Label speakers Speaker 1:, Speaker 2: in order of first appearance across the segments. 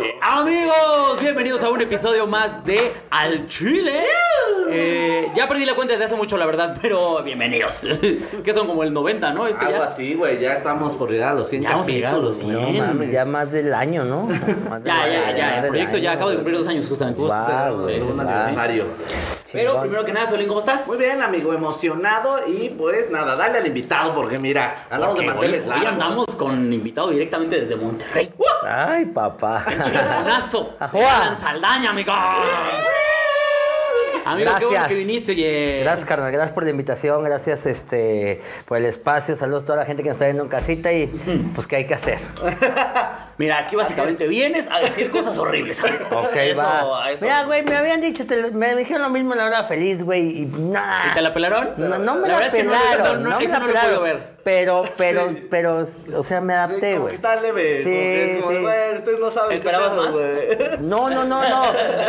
Speaker 1: Eh, Amigos, bienvenidos a un episodio más de Al Chile. Eh, ya perdí la cuenta desde hace mucho, la verdad, pero bienvenidos. que son como el 90, ¿no? Este
Speaker 2: Algo
Speaker 1: ya.
Speaker 2: así, güey, ya estamos por llegar a los 100
Speaker 1: Ya vamos a llegar a los
Speaker 2: capítulos, güey.
Speaker 3: No
Speaker 1: 100.
Speaker 3: mames, ya más del año, ¿no? Más del
Speaker 1: Ya,
Speaker 3: año,
Speaker 1: ya, ya.
Speaker 3: más
Speaker 1: El
Speaker 3: del
Speaker 1: proyecto ya
Speaker 3: año.
Speaker 1: acaba de cumplir dos años, justamente.
Speaker 3: Guau. Ah,
Speaker 2: Justo,
Speaker 3: güey,
Speaker 2: es un
Speaker 3: sí, sí.
Speaker 2: aniversario.
Speaker 1: Pero
Speaker 3: Chingón.
Speaker 1: primero que nada, Solín, ¿cómo estás?
Speaker 2: Muy bien, amigo, emocionado y pues nada, dale al invitado porque mira, hablamos
Speaker 1: Porque
Speaker 2: de manteles
Speaker 1: hoy, hoy
Speaker 2: largos.
Speaker 1: andamos con invitado directamente desde Monterrey.
Speaker 3: Ay, papá.
Speaker 1: ¡Chingonazo!
Speaker 3: Ajá.
Speaker 1: ¡Alan Saldaña, amigos! Amigo, qué bueno
Speaker 3: Gracias.
Speaker 1: que viniste, oye.
Speaker 3: Gracias, carnal. Gracias por la invitación. Gracias este, por el espacio. Saludos a toda la gente que nos está viendo en casita y pues qué hay que hacer.
Speaker 1: Mira, aquí básicamente vienes a decir cosas horribles, amigo.
Speaker 3: Ok,
Speaker 1: Eso-
Speaker 3: va.
Speaker 1: eso-
Speaker 3: Mira, güey, me habían dicho, te- me dijeron lo mismo en la hora feliz, güey, y nada.
Speaker 1: ¿Y te la pelaron?
Speaker 3: No, no me
Speaker 1: La
Speaker 3: la,
Speaker 1: verdad es que no,
Speaker 3: pelaron.
Speaker 1: no, no,
Speaker 3: me
Speaker 1: eso
Speaker 3: la
Speaker 1: no lo puedo
Speaker 3: pelaron,
Speaker 1: ver.
Speaker 3: Pero, pero, pero, o sea, me
Speaker 2: Como
Speaker 3: adapté,
Speaker 2: que
Speaker 3: güey.
Speaker 2: está leve, como que es
Speaker 3: Sí,
Speaker 2: como,
Speaker 3: sí.
Speaker 2: güey, ustedes no saben qué
Speaker 1: ¿Esperabas
Speaker 2: pedo,
Speaker 1: más?
Speaker 2: güey.
Speaker 3: No, no, no, no.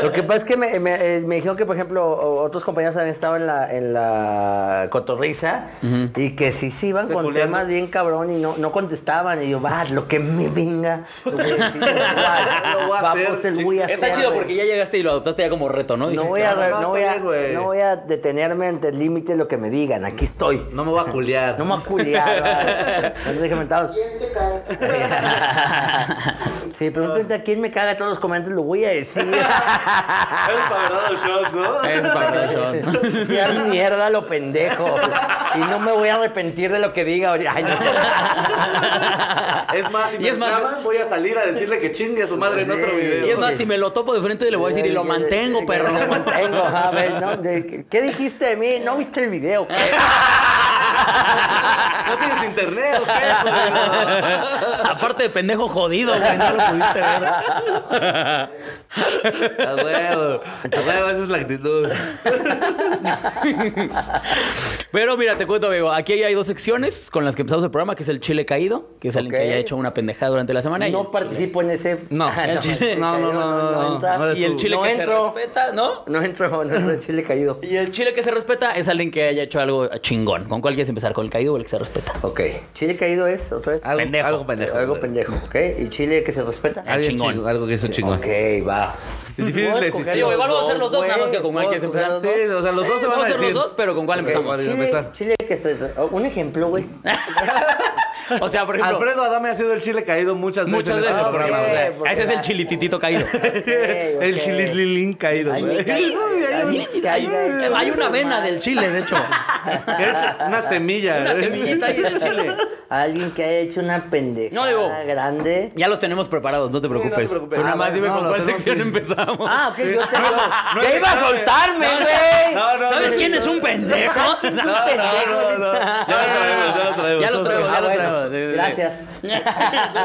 Speaker 3: Lo que pasa es que me, me, eh, me dijeron que, por ejemplo, o- otros compañeros habían estado en la, en la cotorriza y que sí se iban
Speaker 2: Se
Speaker 3: con
Speaker 2: culeaban.
Speaker 3: temas bien cabrón y no, no contestaban. Y yo, va, lo que me venga. Lo voy a decir,
Speaker 2: Lo voy a
Speaker 3: vamos,
Speaker 2: hacer,
Speaker 3: el voy a
Speaker 2: chico.
Speaker 1: Está
Speaker 3: hacer,
Speaker 1: chido
Speaker 3: güey.
Speaker 1: porque ya llegaste y lo adoptaste ya como reto, ¿no?
Speaker 3: No
Speaker 1: Dijiste,
Speaker 3: voy, a,
Speaker 2: "Ah, no,
Speaker 3: no,
Speaker 2: está
Speaker 3: voy a-
Speaker 2: bien, güey".
Speaker 3: no voy a detenerme ante el límite de lo que me digan. Aquí estoy.
Speaker 2: No me voy a culiar.
Speaker 3: No me aculear. No deje mentados. Sí, pregúntense a quién me caga todos los comentarios, lo voy a decir.
Speaker 2: Es para dar el shot, ¿no?
Speaker 1: Es para que no son.
Speaker 3: Ya mierda lo pendejo. Y no me voy a arrepentir de lo que diga. ahorita. Ay, no.
Speaker 2: Es más, si
Speaker 1: Y
Speaker 2: me
Speaker 1: es más-
Speaker 2: llaman, voy a salir a decirle que chingue a su madre en otro
Speaker 3: Sí.
Speaker 2: video.
Speaker 1: Y es más, si me lo topo de frente le voy a decir y lo mantengo, perro.
Speaker 3: Lo mantengo, a ver, ¿no? De- ¿Qué dijiste de mí? ¿No viste el video? ¿Qué?
Speaker 2: ¿No tienes internet o qué?
Speaker 1: Aparte de pendejo jodido, güey, no lo pudiste ver.
Speaker 2: A huevo, a huevo, esa es la actitud.
Speaker 1: Pero mira, te cuento, amigo. Aquí hay dos secciones con las que empezamos el programa, que es el chile caído, que es alguien
Speaker 3: Ok.
Speaker 1: que haya hecho una pendejada durante la semana. y el
Speaker 3: No participo en ese.
Speaker 1: No,
Speaker 3: Ah,
Speaker 1: el chile-
Speaker 2: no, no, no, no, no,
Speaker 3: entra.
Speaker 2: no eres
Speaker 1: chile- Y el chile
Speaker 3: No
Speaker 1: que se
Speaker 3: entro.
Speaker 1: respeta, ¿no?
Speaker 3: No entro, no entro en chile caído.
Speaker 1: Y el chile que se respeta es alguien que haya hecho algo chingón. ¿Con cuál quieres empezar? ¿Con el caído o el que se respeta?
Speaker 3: Ok. ¿Chile caído es otra vez?
Speaker 2: Algo
Speaker 1: Pendejo.
Speaker 2: Algo pendejo.
Speaker 3: Algo pendejo, ¿ok? ¿Y Chile que se respeta?
Speaker 1: Ah,
Speaker 2: Algo
Speaker 1: chingón.
Speaker 2: chingón. Algo que es un chingón.
Speaker 3: Ok, va.
Speaker 2: Es difícil
Speaker 3: Puedo
Speaker 2: de
Speaker 3: escoger
Speaker 2: existir.
Speaker 1: Sí, igual vamos a hacer
Speaker 3: dos,
Speaker 1: los dos, nada más que
Speaker 3: güey.
Speaker 1: con alguien quieres
Speaker 3: ¿Puedo
Speaker 1: empezar.
Speaker 3: escoger los
Speaker 2: Sí,
Speaker 3: dos?
Speaker 2: o sea, los dos
Speaker 1: Eh,
Speaker 2: se van
Speaker 1: vamos
Speaker 2: a
Speaker 1: a hacer
Speaker 2: decir.
Speaker 1: los dos, pero ¿con cuál
Speaker 2: Ok,
Speaker 1: empezamos?
Speaker 2: ¿cuál?
Speaker 3: Chile,
Speaker 2: empezar.
Speaker 3: Chile que se... Oh, Un ejemplo, güey.
Speaker 1: O sea, por ejemplo,
Speaker 2: Alfredo Adame ha sido el chile caído muchas veces.
Speaker 1: muchas
Speaker 2: en este
Speaker 1: veces.
Speaker 3: Ah,
Speaker 1: por ejemplo, o
Speaker 2: programa,
Speaker 3: ok,
Speaker 1: sea,
Speaker 3: porque
Speaker 1: ese es
Speaker 3: va.
Speaker 1: el chilititito caído.
Speaker 3: Ok,
Speaker 2: El
Speaker 3: ok.
Speaker 2: chilililín caído.
Speaker 3: Ay,
Speaker 2: güey.
Speaker 3: me caí,
Speaker 2: Uy, hay
Speaker 3: ay,
Speaker 2: un-
Speaker 3: me caí,
Speaker 1: Eh, Hay una vena del chile, de hecho.
Speaker 2: de hecho, Una semilla.
Speaker 1: Una
Speaker 2: güey.
Speaker 1: semillita ahí del chile.
Speaker 3: Alguien que haya hecho una pendejada
Speaker 1: No, digo-
Speaker 3: grande.
Speaker 1: Ya los tenemos preparados, no te
Speaker 2: no te
Speaker 1: preocupes.
Speaker 2: preocupes.
Speaker 1: Pero nada
Speaker 2: Ah,
Speaker 1: más
Speaker 2: bueno,
Speaker 1: dime
Speaker 2: no,
Speaker 1: con
Speaker 2: lo
Speaker 1: cuál
Speaker 2: tenemos
Speaker 1: sección
Speaker 2: que-
Speaker 1: empezamos.
Speaker 3: Ah, ok, yo te
Speaker 2: no
Speaker 3: ya
Speaker 2: es-
Speaker 3: iba a
Speaker 2: no,
Speaker 3: soltarme, güey.
Speaker 2: No, no,
Speaker 1: ¿Sabes
Speaker 2: no,
Speaker 1: quién
Speaker 2: no,
Speaker 1: es un pendejo?
Speaker 3: Es un pendejo,
Speaker 2: no, no, no.
Speaker 3: neta.
Speaker 2: Ya lo traemos, ya lo traemos.
Speaker 1: Ya los traemos, ya
Speaker 3: Ah,
Speaker 1: los
Speaker 3: bueno,
Speaker 1: traemos. sí, sí, sí.
Speaker 3: Gracias.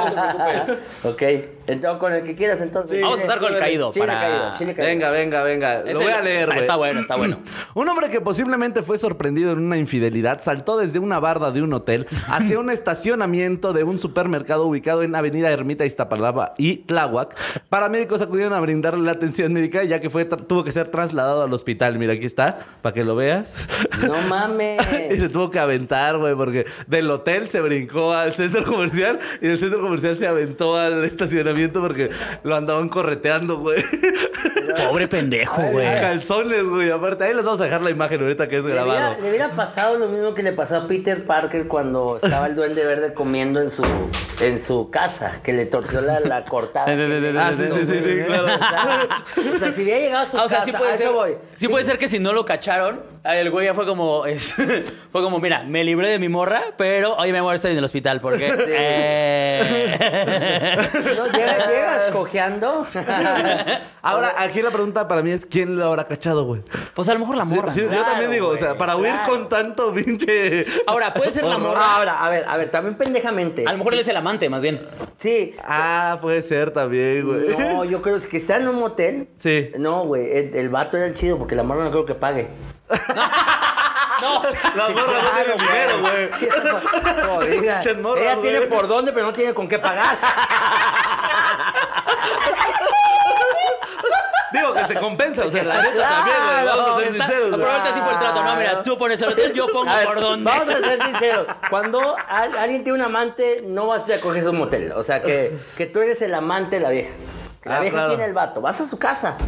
Speaker 3: Ok, entonces con el que quieras entonces.
Speaker 1: Vamos a empezar con el caído,
Speaker 3: Chile
Speaker 1: para-
Speaker 3: caído, Chile caído.
Speaker 2: Venga, venga, venga.
Speaker 1: Es
Speaker 2: Lo voy
Speaker 1: el-
Speaker 2: a leer,
Speaker 1: Ah,
Speaker 2: güey.
Speaker 1: Está bueno, está bueno.
Speaker 2: Un hombre que posiblemente fue sorprendido en una infidelidad saltó desde una barda de un hotel hacia un estacionamiento de un supermercado ubicado en Avenida Ermita Iztapalapa y Tláhuac. Paramédicos acudieron a brindarle la atención médica ya que fue tra- tuvo que ser trasladado al hospital. Mira, aquí está, para que lo veas.
Speaker 3: No mames.
Speaker 2: Y se tuvo que aventar, güey, porque del hotel se brincó al centro comercial y del centro comercial se aventó al estacionamiento porque lo andaban correteando, güey.
Speaker 1: Pobre pendejo, güey.
Speaker 2: Calzones, güey. Aparte, ahí les vamos a dejar la imagen ahorita que es
Speaker 3: Le hubiera,
Speaker 2: grabado.
Speaker 3: le hubiera pasado lo mismo que le pasó a Peter Parker cuando estaba el duende verde comiendo en su en su casa, que le torció la, la cortada.
Speaker 1: Sí, sí,
Speaker 3: que
Speaker 1: sí,
Speaker 3: le
Speaker 1: sí,
Speaker 3: hizo,
Speaker 1: sí, sí,
Speaker 2: sí,
Speaker 3: güey.
Speaker 2: sí, claro.
Speaker 3: O sea, o sea, si hubiera llegado a su
Speaker 1: Ah, o sea,
Speaker 3: casa,
Speaker 1: sí
Speaker 3: a
Speaker 1: puede
Speaker 3: eso
Speaker 1: ser.
Speaker 3: voy.
Speaker 1: Sí puede ser que si no lo cacharon, el güey ya fue como. es- fue como, mira, me libré de mi morra, pero hoy me voy a estar en el hospital porque. eh".
Speaker 3: No, llega- llegas cojeando.
Speaker 2: Ahora, aquí la pregunta para mí es: ¿quién lo habrá cachado, güey?
Speaker 1: Pues a lo mejor la
Speaker 2: Sí,
Speaker 1: morra.
Speaker 2: sí,
Speaker 1: ¿no?
Speaker 2: yo también digo, o sea,
Speaker 3: güey,
Speaker 2: para huir
Speaker 3: claro.
Speaker 2: con tanto pinche.
Speaker 1: Ahora, puede ser la morra.
Speaker 3: Ahora, a ver, a ver, también pendejamente.
Speaker 1: A lo mejor él es el amante, más bien.
Speaker 3: Sí.
Speaker 2: Ah, puede ser también, güey.
Speaker 3: No, yo creo que sea en un motel.
Speaker 2: Sí.
Speaker 3: No, güey, el, el vato era el chido porque la morra no creo que pague.
Speaker 1: No, o sea,
Speaker 2: Las morras no tienen dinero, güey.
Speaker 3: Sí, no, jodida.
Speaker 2: Muchas morras,
Speaker 3: Ella tiene
Speaker 2: güey.
Speaker 3: por dónde, pero no tiene con qué pagar.
Speaker 2: Digo que se compensa, o sea, la neta también, güey. Vamos a ser
Speaker 1: está-
Speaker 2: sinceros, güey.
Speaker 1: probablemente así fue el trato. No, mira, tú pones el hotel, yo pongo
Speaker 3: A ver,
Speaker 1: por dónde.
Speaker 3: Vamos a ser sinceros. Cuando al- alguien tiene un amante, no vas a coger un motel. O sea, que, que tú eres el amante de la vieja. La
Speaker 2: Ah,
Speaker 3: vieja
Speaker 2: claro.
Speaker 3: tiene el vato. Vas a su casa.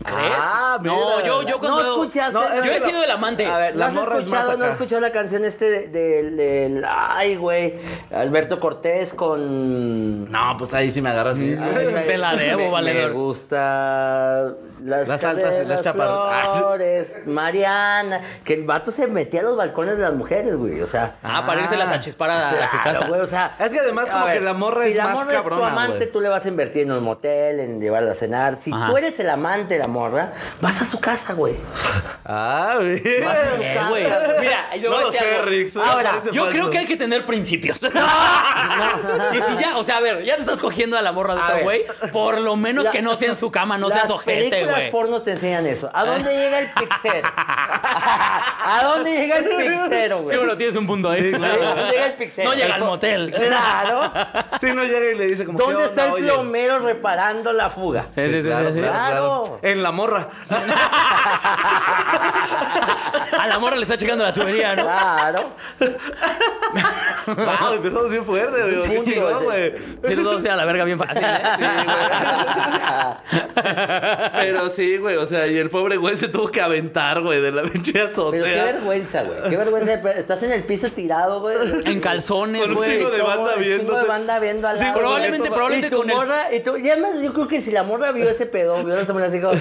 Speaker 1: ¿Crees?
Speaker 2: Ah,
Speaker 1: no,
Speaker 2: mira.
Speaker 1: yo, yo cuando.
Speaker 3: No escuchaste.
Speaker 2: No, es
Speaker 1: yo he
Speaker 2: que-
Speaker 1: sido el amante.
Speaker 3: A ver,
Speaker 2: La
Speaker 3: ¿no
Speaker 2: morra
Speaker 3: has
Speaker 2: es más
Speaker 3: escuchado, ¿no has
Speaker 2: acá.
Speaker 3: escuchado la canción este de- del... del- ay, güey. Alberto Cortés con...
Speaker 2: No, pues ahí sí me agarras. bien.
Speaker 3: Ay, güey,
Speaker 1: Te la debo,
Speaker 3: me-
Speaker 1: valedor.
Speaker 3: Me gusta las,
Speaker 2: Las altas de las chaparrotas.
Speaker 3: flores, Mariana. Que el vato se metía a los balcones de las mujeres, güey. O sea,
Speaker 1: Ah, para irse las achispar a, a su
Speaker 3: Claro,
Speaker 1: casa.
Speaker 3: güey, o sea,
Speaker 2: Es que además
Speaker 3: a
Speaker 2: como que la morra
Speaker 3: si
Speaker 2: es
Speaker 3: la
Speaker 2: más
Speaker 3: morra
Speaker 2: cabrona,
Speaker 3: Es tu amante,
Speaker 2: güey.
Speaker 3: tú le vas a invertir en un motel, en llevarla a cenar. Si
Speaker 1: Ajá.
Speaker 3: tú eres el amante de la morra, vas a su casa, güey.
Speaker 2: Ah, bien.
Speaker 3: Vas a su
Speaker 1: Eh,
Speaker 3: casa,
Speaker 1: güey.
Speaker 3: güey.
Speaker 1: Mira, yo
Speaker 2: No
Speaker 1: voy a
Speaker 2: lo
Speaker 1: decir
Speaker 2: sé,
Speaker 1: algo.
Speaker 2: Rick, suena-
Speaker 1: Ahora,
Speaker 2: parece
Speaker 1: yo
Speaker 2: falso.
Speaker 1: creo que hay que tener principios. y si ya, o sea, a ver, ya te estás cogiendo a la morra de
Speaker 3: A
Speaker 1: otro
Speaker 3: ver.
Speaker 1: güey, por lo menos
Speaker 3: La-
Speaker 1: que no sea en su cama, no seas
Speaker 3: Las
Speaker 1: ojete,
Speaker 3: películas
Speaker 1: güey.
Speaker 3: pornos te enseñan eso. ¿A dónde llega el pixel? ¿A dónde llega el pixero,
Speaker 1: Sí,
Speaker 3: güey?
Speaker 1: bueno, tienes un punto ahí.
Speaker 3: ¿A dónde llega el pixero?
Speaker 1: No llega al motel.
Speaker 3: Claro.
Speaker 2: Si no llega y le dice como
Speaker 3: ¿Dónde
Speaker 2: ¿qué
Speaker 3: está
Speaker 2: onda,
Speaker 3: el
Speaker 2: oye?
Speaker 3: plomero reparando la fuga?
Speaker 1: Sí, sí, sí, sí,
Speaker 2: claro,
Speaker 1: sí.
Speaker 2: claro,
Speaker 3: Claro.
Speaker 2: claro. En la morra.
Speaker 1: A la morra le está checando la tubería, ¿no?
Speaker 3: Claro.
Speaker 2: Wow, empezamos bien fuerte, güey.
Speaker 3: Sí,
Speaker 2: Qué chingón,
Speaker 3: güey.
Speaker 2: güey.
Speaker 1: Si nos vamos a ir a la verga bien fácil, ¿eh?
Speaker 2: Pero sí, güey, o sea, y el pobre güey se tuvo que aventar, güey, de la pinche
Speaker 3: Pero qué
Speaker 2: azotea.
Speaker 3: vergüenza, güey. Qué vergüenza. Estás en el piso tirado, güey.
Speaker 1: En calzones,
Speaker 2: Con un
Speaker 1: güey.
Speaker 2: chingo de
Speaker 3: Todo
Speaker 2: banda
Speaker 3: el chingo
Speaker 2: viéndote.
Speaker 3: de banda viendo al
Speaker 2: Sí,
Speaker 3: lado,
Speaker 1: probablemente,
Speaker 3: güey.
Speaker 1: probablemente
Speaker 3: y tu
Speaker 1: con el-
Speaker 3: morra, y, tú, y además yo creo que si la morra vio ese pedo, vio esa morra así como,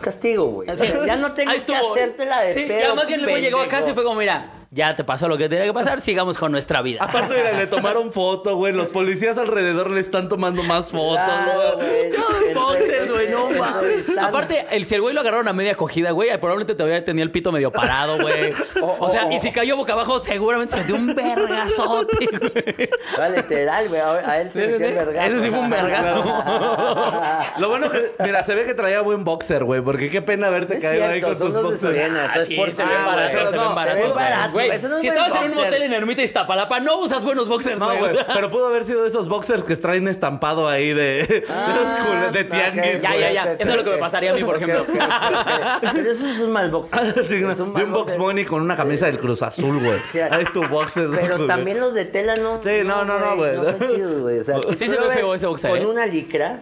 Speaker 3: castigo, güey. O
Speaker 1: Sí.
Speaker 3: sea, ya no tengo
Speaker 1: Ahí
Speaker 3: que
Speaker 1: estuvo.
Speaker 3: hacerte la de
Speaker 1: Sí,
Speaker 3: pedo.
Speaker 1: Ya más bien el güey llegó a
Speaker 3: pendejo.
Speaker 1: casa y fue como, mira, ya te pasó lo que tenía que pasar, sigamos con nuestra vida.
Speaker 2: Aparte, mira, le tomaron foto, güey. Los policías alrededor le están tomando más fotos,
Speaker 3: Claro,
Speaker 2: güey.
Speaker 3: güey.
Speaker 1: No, boxes, güey, no
Speaker 3: Entrevistando.
Speaker 1: mames. Aparte, el, si el güey lo agarraron a media cogida, güey, probablemente todavía tenía el pito medio parado, güey.
Speaker 3: O-
Speaker 1: O sea,
Speaker 3: o-
Speaker 1: y si cayó boca abajo, seguramente se metió un vergazote, güey.
Speaker 3: Ah, literal, güey. A a él se
Speaker 1: Sí, sí,
Speaker 3: metió el
Speaker 1: sí.
Speaker 3: vergazo.
Speaker 1: Ese sí fue un vergazo.
Speaker 2: Lo bueno que, mira, se ve que traía buen boxer, güey, porque qué pena verte
Speaker 3: Es
Speaker 2: caído ahí con
Speaker 3: cierto, son
Speaker 2: tus
Speaker 3: los de
Speaker 2: boxers.
Speaker 3: Soriana.
Speaker 1: Ah,
Speaker 3: entonces,
Speaker 1: sí,
Speaker 3: por
Speaker 1: se
Speaker 3: favor,
Speaker 1: ven
Speaker 2: Ah,
Speaker 1: baratos,
Speaker 2: pero
Speaker 1: se
Speaker 2: no,
Speaker 1: ven
Speaker 2: se
Speaker 1: baratos.
Speaker 3: ven
Speaker 1: güey.
Speaker 3: barato,
Speaker 1: Güey,
Speaker 3: eso no es
Speaker 1: si
Speaker 3: buen
Speaker 1: estabas en un
Speaker 3: boxer.
Speaker 1: motel en Ermita Iztapalapa, no usas buenos boxers,
Speaker 2: No,
Speaker 1: güey.
Speaker 2: güey,
Speaker 1: o sea.
Speaker 2: pero pudo haber sido de esos boxers que traen estampado ahí de, de
Speaker 3: Ah,
Speaker 2: esos cul- de
Speaker 3: ok,
Speaker 2: tianguis,
Speaker 1: Ya,
Speaker 2: güey.
Speaker 1: ya, ya.
Speaker 3: ok,
Speaker 1: Eso es lo que me
Speaker 3: ok.
Speaker 1: pasaría a mí, por
Speaker 3: Ok,
Speaker 1: ejemplo.
Speaker 3: ok, ok, ok. Pero eso es un mal boxeo.
Speaker 2: Sí,
Speaker 3: Es
Speaker 2: no,
Speaker 3: mal
Speaker 2: de un box
Speaker 3: boxeo.
Speaker 2: money con una camisa del Cruz Azul, güey.
Speaker 3: Sí,
Speaker 2: Ahí tu boxer.
Speaker 3: Pero
Speaker 2: güey.
Speaker 3: también los de tela no.
Speaker 2: Sí, no, no, no, güey.
Speaker 3: No son chidos, güey. O sea,
Speaker 1: Sí
Speaker 3: tú
Speaker 1: se
Speaker 3: lo
Speaker 1: ve
Speaker 3: ves
Speaker 1: feo ese boxer,
Speaker 3: Con
Speaker 1: ¿eh?
Speaker 3: una licra.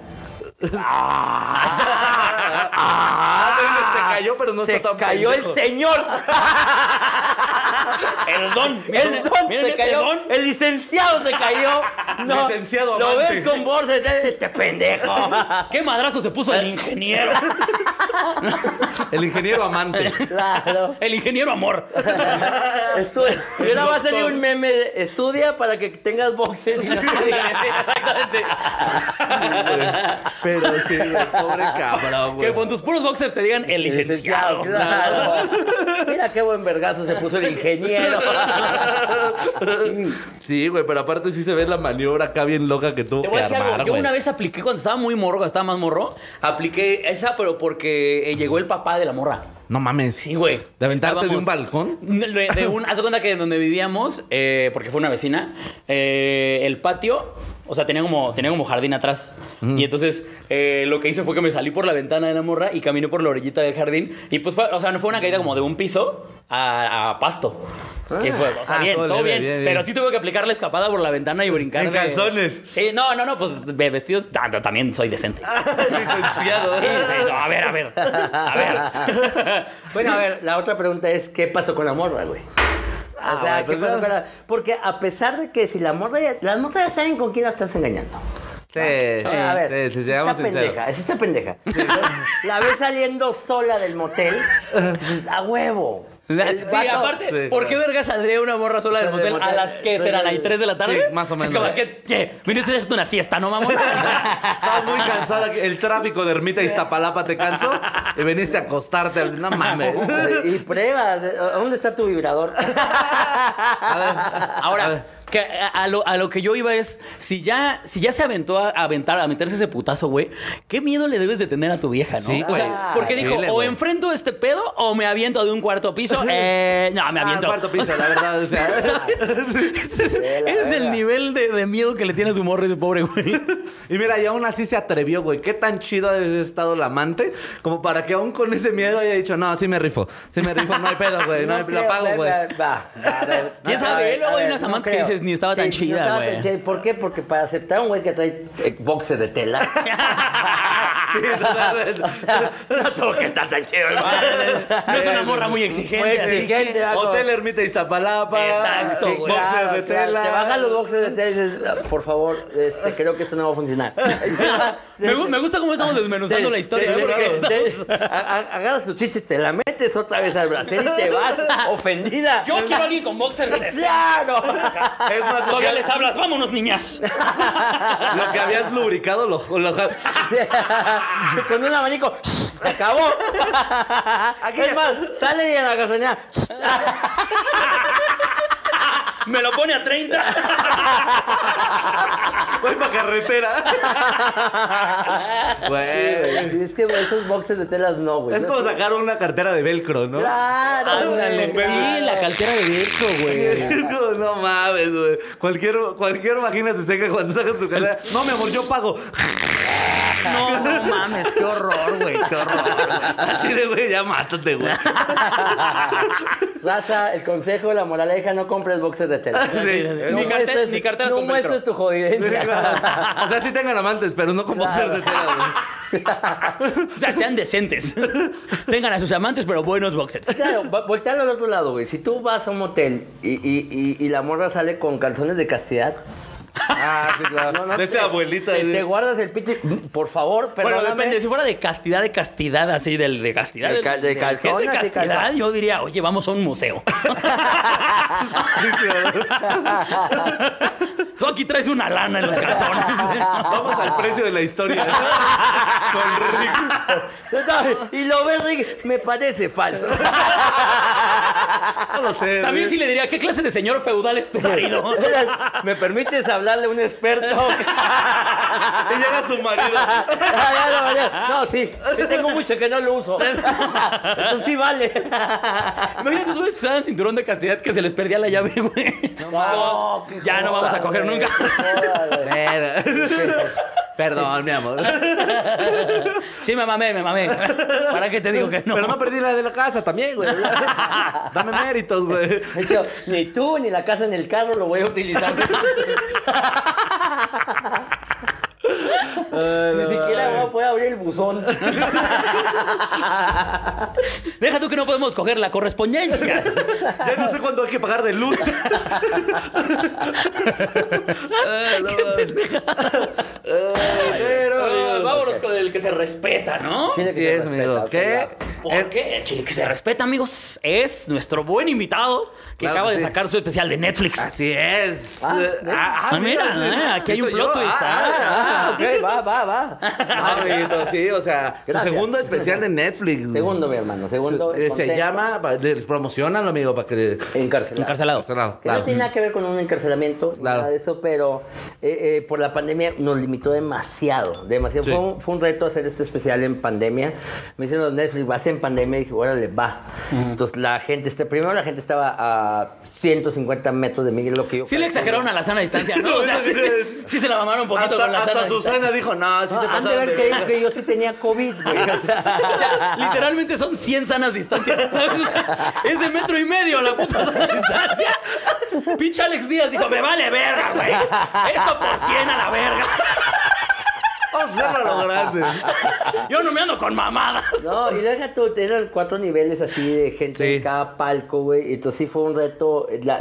Speaker 2: Ah, se cayó, pero no
Speaker 3: se
Speaker 2: está tan
Speaker 3: cayó el
Speaker 2: pendejo.
Speaker 3: señor.
Speaker 1: El don. Miren,
Speaker 3: El don
Speaker 1: miren
Speaker 3: se
Speaker 1: ese
Speaker 3: cayó.
Speaker 1: don.
Speaker 3: El licenciado se cayó. No,
Speaker 2: Licenciado
Speaker 3: Lo
Speaker 2: amante.
Speaker 3: ves con bolsa. Este este pendejo.
Speaker 1: ¿Qué madrazo se puso el ingeniero?
Speaker 2: El ingeniero amante.
Speaker 3: Claro.
Speaker 1: El ingeniero amor.
Speaker 3: Estudia. Y ahora va a salir
Speaker 2: doctor.
Speaker 3: un meme de estudia para que tengas boxes.
Speaker 1: Exactamente.
Speaker 2: Pero sí, güey, pobre cabrón,
Speaker 1: Que
Speaker 2: güey.
Speaker 1: con tus puros boxers te digan el licenciado.
Speaker 3: Claro. Mira qué buen vergazo se puso el ingeniero.
Speaker 2: Sí, güey, pero aparte sí se ve la maniobra acá bien loca que tuvo
Speaker 1: Te
Speaker 2: que
Speaker 1: voy a decir
Speaker 2: armar,
Speaker 1: algo. Yo
Speaker 2: güey.
Speaker 1: una vez apliqué cuando estaba muy morro, cuando estaba más morro, apliqué esa, pero porque eh, llegó el papá de la morra.
Speaker 2: No mames.
Speaker 1: Sí, güey.
Speaker 2: ¿De aventarte de un
Speaker 1: Estábamos-
Speaker 2: balcón?
Speaker 1: De, de un. Haz de cuenta que en donde vivíamos, eh, porque fue una vecina, eh, el patio, o sea, tenía como, tenía como jardín atrás. Y entonces eh, lo que hice fue que me salí por la ventana de la morra y caminé por la orillita del jardín. Y pues fue, o sea, no fue una caída como de un piso a, a pasto. Que fue, o sea,
Speaker 2: Ah,
Speaker 1: bien,
Speaker 2: todo
Speaker 1: todo,
Speaker 2: leve,
Speaker 1: bien,
Speaker 2: bien, bien.
Speaker 1: Pero sí tuve que aplicar la escapada por la ventana y brincar.
Speaker 2: En
Speaker 1: de-
Speaker 2: calzones.
Speaker 1: Sí, no, no, no, pues de vestidos ah, no, también soy decente.
Speaker 2: Ah, Licenciado.
Speaker 1: Sí, sí, no, a ver, a ver. A ver.
Speaker 3: Bueno, a ver, la otra pregunta es, ¿qué pasó con la morra, güey? O sea,
Speaker 2: güey,
Speaker 3: ¿qué
Speaker 2: pues
Speaker 3: pasó
Speaker 2: ya-
Speaker 3: con la- Porque a pesar de que si la morra... ya- Las morras ya saben con quién la estás engañando.
Speaker 2: Sí,
Speaker 3: a ver,
Speaker 2: sí, sí,
Speaker 3: esta
Speaker 2: seamos sinceros.
Speaker 3: pendeja, es esta pendeja. La ves saliendo sola del motel, dices, a huevo. El
Speaker 1: Sí,
Speaker 3: vato-
Speaker 1: aparte,
Speaker 2: Sí,
Speaker 1: ¿por
Speaker 2: claro.
Speaker 1: qué verga saldría una morra sola del
Speaker 3: Sola del
Speaker 1: motel a
Speaker 3: motel.
Speaker 1: las que serán ahí 3 de la tarde?
Speaker 2: Sí, más o menos.
Speaker 1: Es como, ¿qué? ¿Qué? Mira, estoy haciendo una siesta, ¿no, mamón?
Speaker 2: Estaba muy cansada. que El tráfico de Ermita y Iztapalapa te cansó y viniste a acostarte. No mames.
Speaker 3: Y prueba, ¿dónde está tu vibrador?
Speaker 1: Ahora, Que a, a lo, a lo que yo iba es, si ya, si ya se aventó a, a aventar, a meterse ese putazo, güey, ¿qué miedo le debes de tener a tu vieja, no?
Speaker 2: Sí,
Speaker 1: o
Speaker 2: güey.
Speaker 1: sea, porque
Speaker 2: Sí,
Speaker 1: dijo,
Speaker 2: le-
Speaker 1: o
Speaker 2: güey.
Speaker 1: enfrento este pedo o me aviento de un cuarto piso. Eh, no, me
Speaker 2: Ah,
Speaker 1: aviento.
Speaker 2: cuarto piso, la verdad. o sea,
Speaker 1: ¿Sabes? Ese es,
Speaker 3: la
Speaker 1: ese es el
Speaker 3: verga.
Speaker 1: nivel de, de miedo que le tiene a su morro ese pobre güey.
Speaker 2: Y mira, y aún así se atrevió, güey. Qué tan chido ha de haber estado la amante como para que aún con ese miedo haya dicho, no, sí me rifo. Sí me rifo, no hay pedo, güey. No, hay-
Speaker 3: creo,
Speaker 2: lo pago,
Speaker 3: va,
Speaker 2: güey.
Speaker 3: va, va, a ver,
Speaker 1: ¿Quién
Speaker 3: a
Speaker 1: sabe?
Speaker 3: ver,
Speaker 1: Luego
Speaker 3: a
Speaker 1: hay
Speaker 3: ver,
Speaker 1: unas
Speaker 3: no
Speaker 1: amantes que
Speaker 3: creo.
Speaker 1: dices, ni estaba tan
Speaker 3: no
Speaker 1: chida,
Speaker 3: estaba
Speaker 1: güey.
Speaker 3: tan chida. ¿Por qué? Porque para aceptar a un güey que trae eh, boxe de tela.
Speaker 2: Sí, totalmente.
Speaker 3: no tengo que estar tan chido,
Speaker 1: No es una morra muy
Speaker 3: Muy
Speaker 1: exigente. así.
Speaker 3: exigente. gente, algo.
Speaker 2: Hotel Ermita Iztapalapa.
Speaker 1: Exacto,
Speaker 2: sí,
Speaker 1: güey.
Speaker 2: Boxes
Speaker 3: Claro,
Speaker 2: de
Speaker 3: claro,
Speaker 2: tela.
Speaker 3: Te bajan los boxes de tela y dices, "Ah, por favor, este, creo que eso no va a funcionar.
Speaker 1: me, gu- me gusta cómo estamos desmenuzando la historia. ¿eh? Porque estamos-
Speaker 3: Te- a- a- Agarras tu chiche, te la metes otra vez al brasero y te vas ofendida.
Speaker 1: Yo quiero a alguien con boxers de
Speaker 3: ¡Claro!
Speaker 2: Es más, lo
Speaker 1: Todavía
Speaker 2: que,
Speaker 1: les hablas, vámonos, niñas.
Speaker 2: lo que habías lubricado lo, lo-
Speaker 3: Con un abanico, se acabó. Aquí es más, sale y a la gasolinera,
Speaker 1: Me lo pone a 30.
Speaker 2: Voy para carretera. Güey.
Speaker 3: Sí, es que esos boxes de telas no, güey.
Speaker 2: Es como sacar una cartera de velcro, ¿no?
Speaker 3: Claro,
Speaker 1: Ándale.
Speaker 3: güey,
Speaker 1: Sí,
Speaker 3: claro.
Speaker 1: la cartera de Virgo, güey.
Speaker 2: Es como, no mames, güey. Cualquier, cualquier vagina se seca cuando sacas tu cartera. No, mi amor, yo pago.
Speaker 1: No, no mames, qué horror, güey. Qué horror.
Speaker 2: Al chile, güey, ya mátate, güey.
Speaker 3: Raza, el consejo, la moraleja, no compres boxes de tela.
Speaker 2: Sí, sí, sí.
Speaker 3: No
Speaker 1: Ni cartel-
Speaker 3: muestres-
Speaker 1: ni carteras
Speaker 3: No
Speaker 1: con velcro.
Speaker 3: muestres tu jodidencia.
Speaker 2: O sea, sí tengan amantes, pero no con boxers de tela, güey.
Speaker 1: O sea, sean decentes. Tengan a sus amantes, pero buenos boxers.
Speaker 3: Claro, va- voltealo al otro lado, güey. Si tú vas a un motel y, y- y- y la morra sale con calzones de castidad...
Speaker 2: Ah, sí, claro. de esa
Speaker 3: te-
Speaker 2: abuelita.
Speaker 3: Te,
Speaker 2: güey.
Speaker 3: te guardas el pinche... mm, Por favor,
Speaker 1: Bueno,
Speaker 3: perdóname.
Speaker 1: depende. Si fuera de castidad, de castidad, así, del, de castidad.
Speaker 3: De
Speaker 1: del-
Speaker 3: ca- de
Speaker 1: del-
Speaker 3: calzón,
Speaker 1: que es
Speaker 3: así,
Speaker 1: de castidad,
Speaker 3: calzón.
Speaker 1: yo diría, oye, vamos a un museo. Tú aquí traes una lana en los calzones.
Speaker 2: Vamos al precio de la historia. Con Rick.
Speaker 3: No, y lo ves, Rick, me parece falso.
Speaker 2: No lo sé.
Speaker 1: También
Speaker 2: güey.
Speaker 1: sí le diría, ¿qué clase de señor feudal es tu marido?
Speaker 3: ¿Me permites hablarle a un experto?
Speaker 2: Y llega su marido.
Speaker 3: Ya lo valía. no, sí, sí tengo mucho que no lo uso. Eso sí vale.
Speaker 1: Imagínate, esos güeyes que usaban cinturón de castidad que se les perdía la llave, güey.
Speaker 3: No,
Speaker 1: Como, ya no vamos a coger
Speaker 3: güey,
Speaker 1: nunca.
Speaker 3: joda, güey.
Speaker 2: Perdón, mi amor.
Speaker 1: Sí, me mamé, me mamé. ¿Para qué te digo que no?
Speaker 2: Pero no perdí la de la casa también, güey. Dame méritos, güey.
Speaker 3: De hecho, ni tú ni la casa ni el carro lo voy a utilizar. Ni siquiera voy a poder abrir el buzón.
Speaker 1: Deja tú que no podemos coger la correspondencia.
Speaker 2: Ya no sé cuánto hay que pagar de luz. Ay, no, Ay,
Speaker 1: Ah,
Speaker 2: pero-
Speaker 1: vámonos con el que se respeta, ¿no?
Speaker 3: Chile
Speaker 2: Sí, es, amigo. ¿Qué? Eh,
Speaker 1: Porque el chile que se respeta, amigos, es nuestro buen invitado que
Speaker 2: Claro
Speaker 1: acaba
Speaker 2: que
Speaker 1: de
Speaker 2: sí.
Speaker 1: sacar su especial de Netflix.
Speaker 2: Así es.
Speaker 3: Ah,
Speaker 2: Eh,
Speaker 1: Ah, mira, eh, aquí hay un
Speaker 2: ¿Hizo
Speaker 1: plot
Speaker 2: yo?
Speaker 1: twist. ¿eh?
Speaker 3: Ah,
Speaker 2: Ah, ah,
Speaker 3: ok, va, va, va.
Speaker 2: ah, amiguito, sí, o sea, tu
Speaker 3: Gracias.
Speaker 2: segundo especial de Netflix. güey.
Speaker 3: Segundo, mi hermano, segundo.
Speaker 2: Se, eh, se
Speaker 3: contento.
Speaker 2: llama, pa- de- promocionalo, amigo, para que.
Speaker 3: Encarcelado.
Speaker 1: Encarcelado.
Speaker 2: Encarcelado,
Speaker 3: Que no
Speaker 2: claro.
Speaker 3: tiene nada que ver con un encarcelamiento,
Speaker 2: Claro.
Speaker 3: nada de eso, pero eh, eh, por la pandemia nos limitó demasiado, demasiado.
Speaker 2: Sí.
Speaker 3: Fue, un, fue un reto hacer este especial en pandemia. Me dicen los Netflix, va a ser en pandemia, y dije, órale, va. Entonces la gente, este, primero la gente estaba a 150 metros de mí, lo que yo...
Speaker 1: Sí le exageraron a la sana distancia, ¿no? O sea, sí, sí- sí se la mamaron un poquito
Speaker 2: Hasta,
Speaker 1: con la
Speaker 2: hasta
Speaker 1: sana distancia.
Speaker 2: Susana dijo, no, sí se
Speaker 3: No, Ah, han de
Speaker 2: pasaron
Speaker 3: haber
Speaker 2: de
Speaker 3: creído
Speaker 2: verga".
Speaker 3: que yo sí tenía COVID, güey. O sea,
Speaker 1: O sea, literalmente son 100 sanas distancias, ¿sabes? O sea, es de metro y medio la puta sana distancia. Pinche Alex Díaz dijo, me vale verga, güey. Esto por 100 a la verga.
Speaker 2: Vamos a hacerlo a Oh, lo grande.
Speaker 1: Yo no me ando con mamadas.
Speaker 3: No, y deja tú, eran cuatro niveles así de gente
Speaker 2: Sí.
Speaker 3: en cada palco, güey. Entonces sí fue un reto eh, la-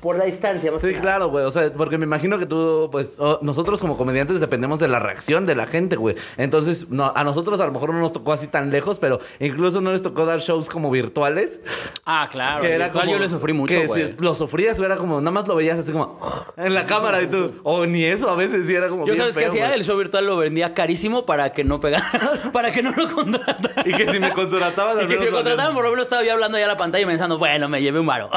Speaker 3: por la distancia, más que
Speaker 2: Sí,
Speaker 3: nada.
Speaker 2: claro, güey. O sea, porque me imagino que tú, pues, o- nosotros como comediantes dependemos de la reacción de la gente, güey. Entonces, no, a nosotros a lo mejor no nos tocó así tan lejos, pero incluso no les tocó dar shows como virtuales.
Speaker 1: Ah, claro.
Speaker 2: que era
Speaker 1: virtual
Speaker 2: como,
Speaker 1: yo le sufrí mucho,
Speaker 2: que
Speaker 1: güey.
Speaker 2: si lo sufrías, era como, nada más lo veías así como en la cámara y tú, o ni eso a veces sí era como.
Speaker 1: Yo
Speaker 2: bien
Speaker 1: sabes qué
Speaker 2: feo,
Speaker 1: hacía,
Speaker 2: güey.
Speaker 1: el show virtual lo, vendía carísimo para que no pegara, para que no lo contrataran.
Speaker 2: Y que si me contrataban, al
Speaker 1: Y que si me
Speaker 2: menos lo-
Speaker 1: contrataban, por lo menos estaba yo hablando ya a la pantalla y pensando, bueno, me llevé un varo.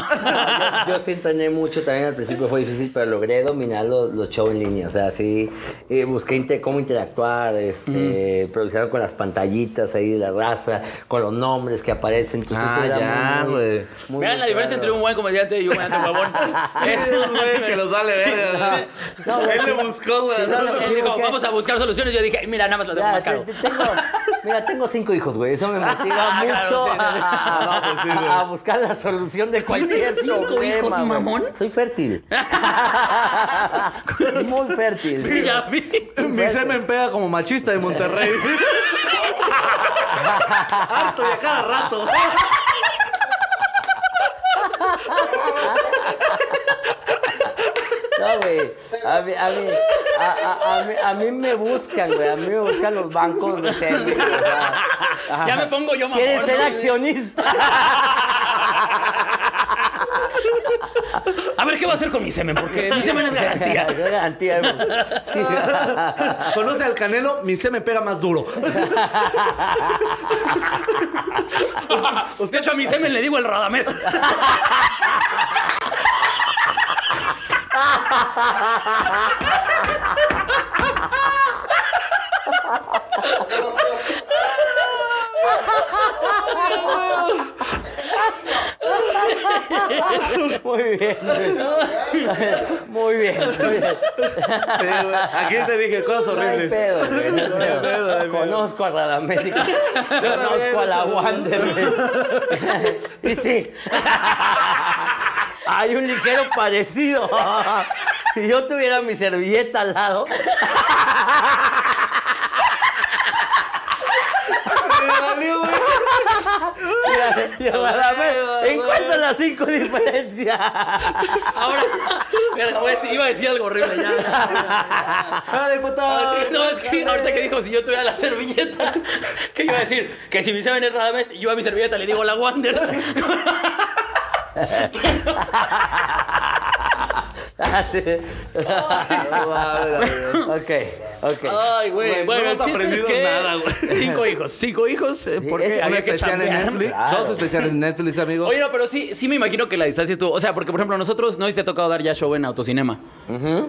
Speaker 3: Yo sí entrené mucho también al principio, fue difícil, pero logré dominar los, los shows en línea. O sea, sí, eh, busqué inte- cómo interactuar,
Speaker 1: Mm.
Speaker 3: este, improvisar con las pantallitas ahí de la raza, con los nombres que aparecen. Entonces,
Speaker 2: Ah,
Speaker 3: eso
Speaker 2: ya,
Speaker 3: era muy-
Speaker 2: güey.
Speaker 3: muy- muy
Speaker 1: Vean la
Speaker 3: natural,
Speaker 1: diferencia entre un
Speaker 3: ¿no?
Speaker 1: buen comediante y un comediante huevón. Es la
Speaker 2: Esos güeyes que los vale verga.
Speaker 3: No, güey.
Speaker 2: Él le buscó, güey.
Speaker 3: Sí, no, no,
Speaker 1: Él dijo, vamos a buscar soluciones. Yo dije, mira, nada más lo dejo
Speaker 3: Ya,
Speaker 1: más caro.
Speaker 3: te- te- tengo- mira, tengo cinco hijos, güey. Eso me motiva
Speaker 1: Ah, claro,
Speaker 3: mucho
Speaker 1: sí, sí, sí.
Speaker 3: a-
Speaker 2: No, pues sí, güey.
Speaker 3: a buscar la solución de cualquier
Speaker 1: ¿Tienes cinco
Speaker 3: problema,
Speaker 1: hijos,
Speaker 3: güey.
Speaker 1: mamón?
Speaker 3: Soy fértil. Muy fértil.
Speaker 1: Sí, ya vi.
Speaker 2: Mi semen pega como machista de Monterrey. Harto y a cada rato.
Speaker 3: No, güey. A mí, a, mí, a, a- a mí, a mí me buscan, güey. A mí me buscan los bancos de semis, güey, o sea, ajá.
Speaker 1: Ya me pongo yo mamón.
Speaker 3: ¿Quieres ser
Speaker 1: ¿no?
Speaker 3: accionista?
Speaker 1: A ver, ¿qué va a hacer con mi semen? Porque mi semen es garantía.
Speaker 3: Yo garantía, güey. Sí.
Speaker 2: Conoce al canelo, mi semen pega más duro.
Speaker 1: De hecho, a mi semen le digo el Radamés.
Speaker 3: Muy bien. güey. Muy bien, muy
Speaker 2: Sí,
Speaker 3: bien.
Speaker 2: güey. Aquí te dije cosas
Speaker 3: No hay
Speaker 2: horribles.
Speaker 3: pedo, güey. no hay pedo.
Speaker 2: pedo, no hay pedo.
Speaker 3: Conozco a Radamés. Conozco a la Wander. güey. Y sí. Hay un ligero parecido. Si yo tuviera mi servilleta al lado.
Speaker 2: Me valió, güey.
Speaker 3: mira, y a Radamés, Encuentra las cinco diferencias.
Speaker 1: Ahora, verga, voy a decir- iba a decir algo horrible ya.
Speaker 2: Dale,
Speaker 1: No,
Speaker 2: puta.
Speaker 1: es que- Ah, no, es que ahorita que dijo, si yo tuviera la servilleta, ¿qué iba a decir? Que si mi semen es Radamés, yo a mi servilleta le digo la Wanderers.
Speaker 3: Así. ok, ok.
Speaker 1: Ay,
Speaker 2: Güey,
Speaker 1: güey.
Speaker 2: no
Speaker 1: Bueno,
Speaker 2: hemos
Speaker 1: el chiste es
Speaker 2: aprendido
Speaker 1: que
Speaker 2: nada, güey.
Speaker 1: cinco hijos, cinco hijos, eh,
Speaker 3: Sí,
Speaker 1: porque
Speaker 3: es
Speaker 2: Un
Speaker 1: había que
Speaker 2: especial en
Speaker 1: chambear.
Speaker 2: Netflix.
Speaker 3: Claro.
Speaker 2: Dos especiales en Netflix, amigo.
Speaker 1: Oye, no, pero sí, sí me imagino que la distancia estuvo. O sea, porque por ejemplo, a nosotros no te ha tocado dar ya show en autocinema.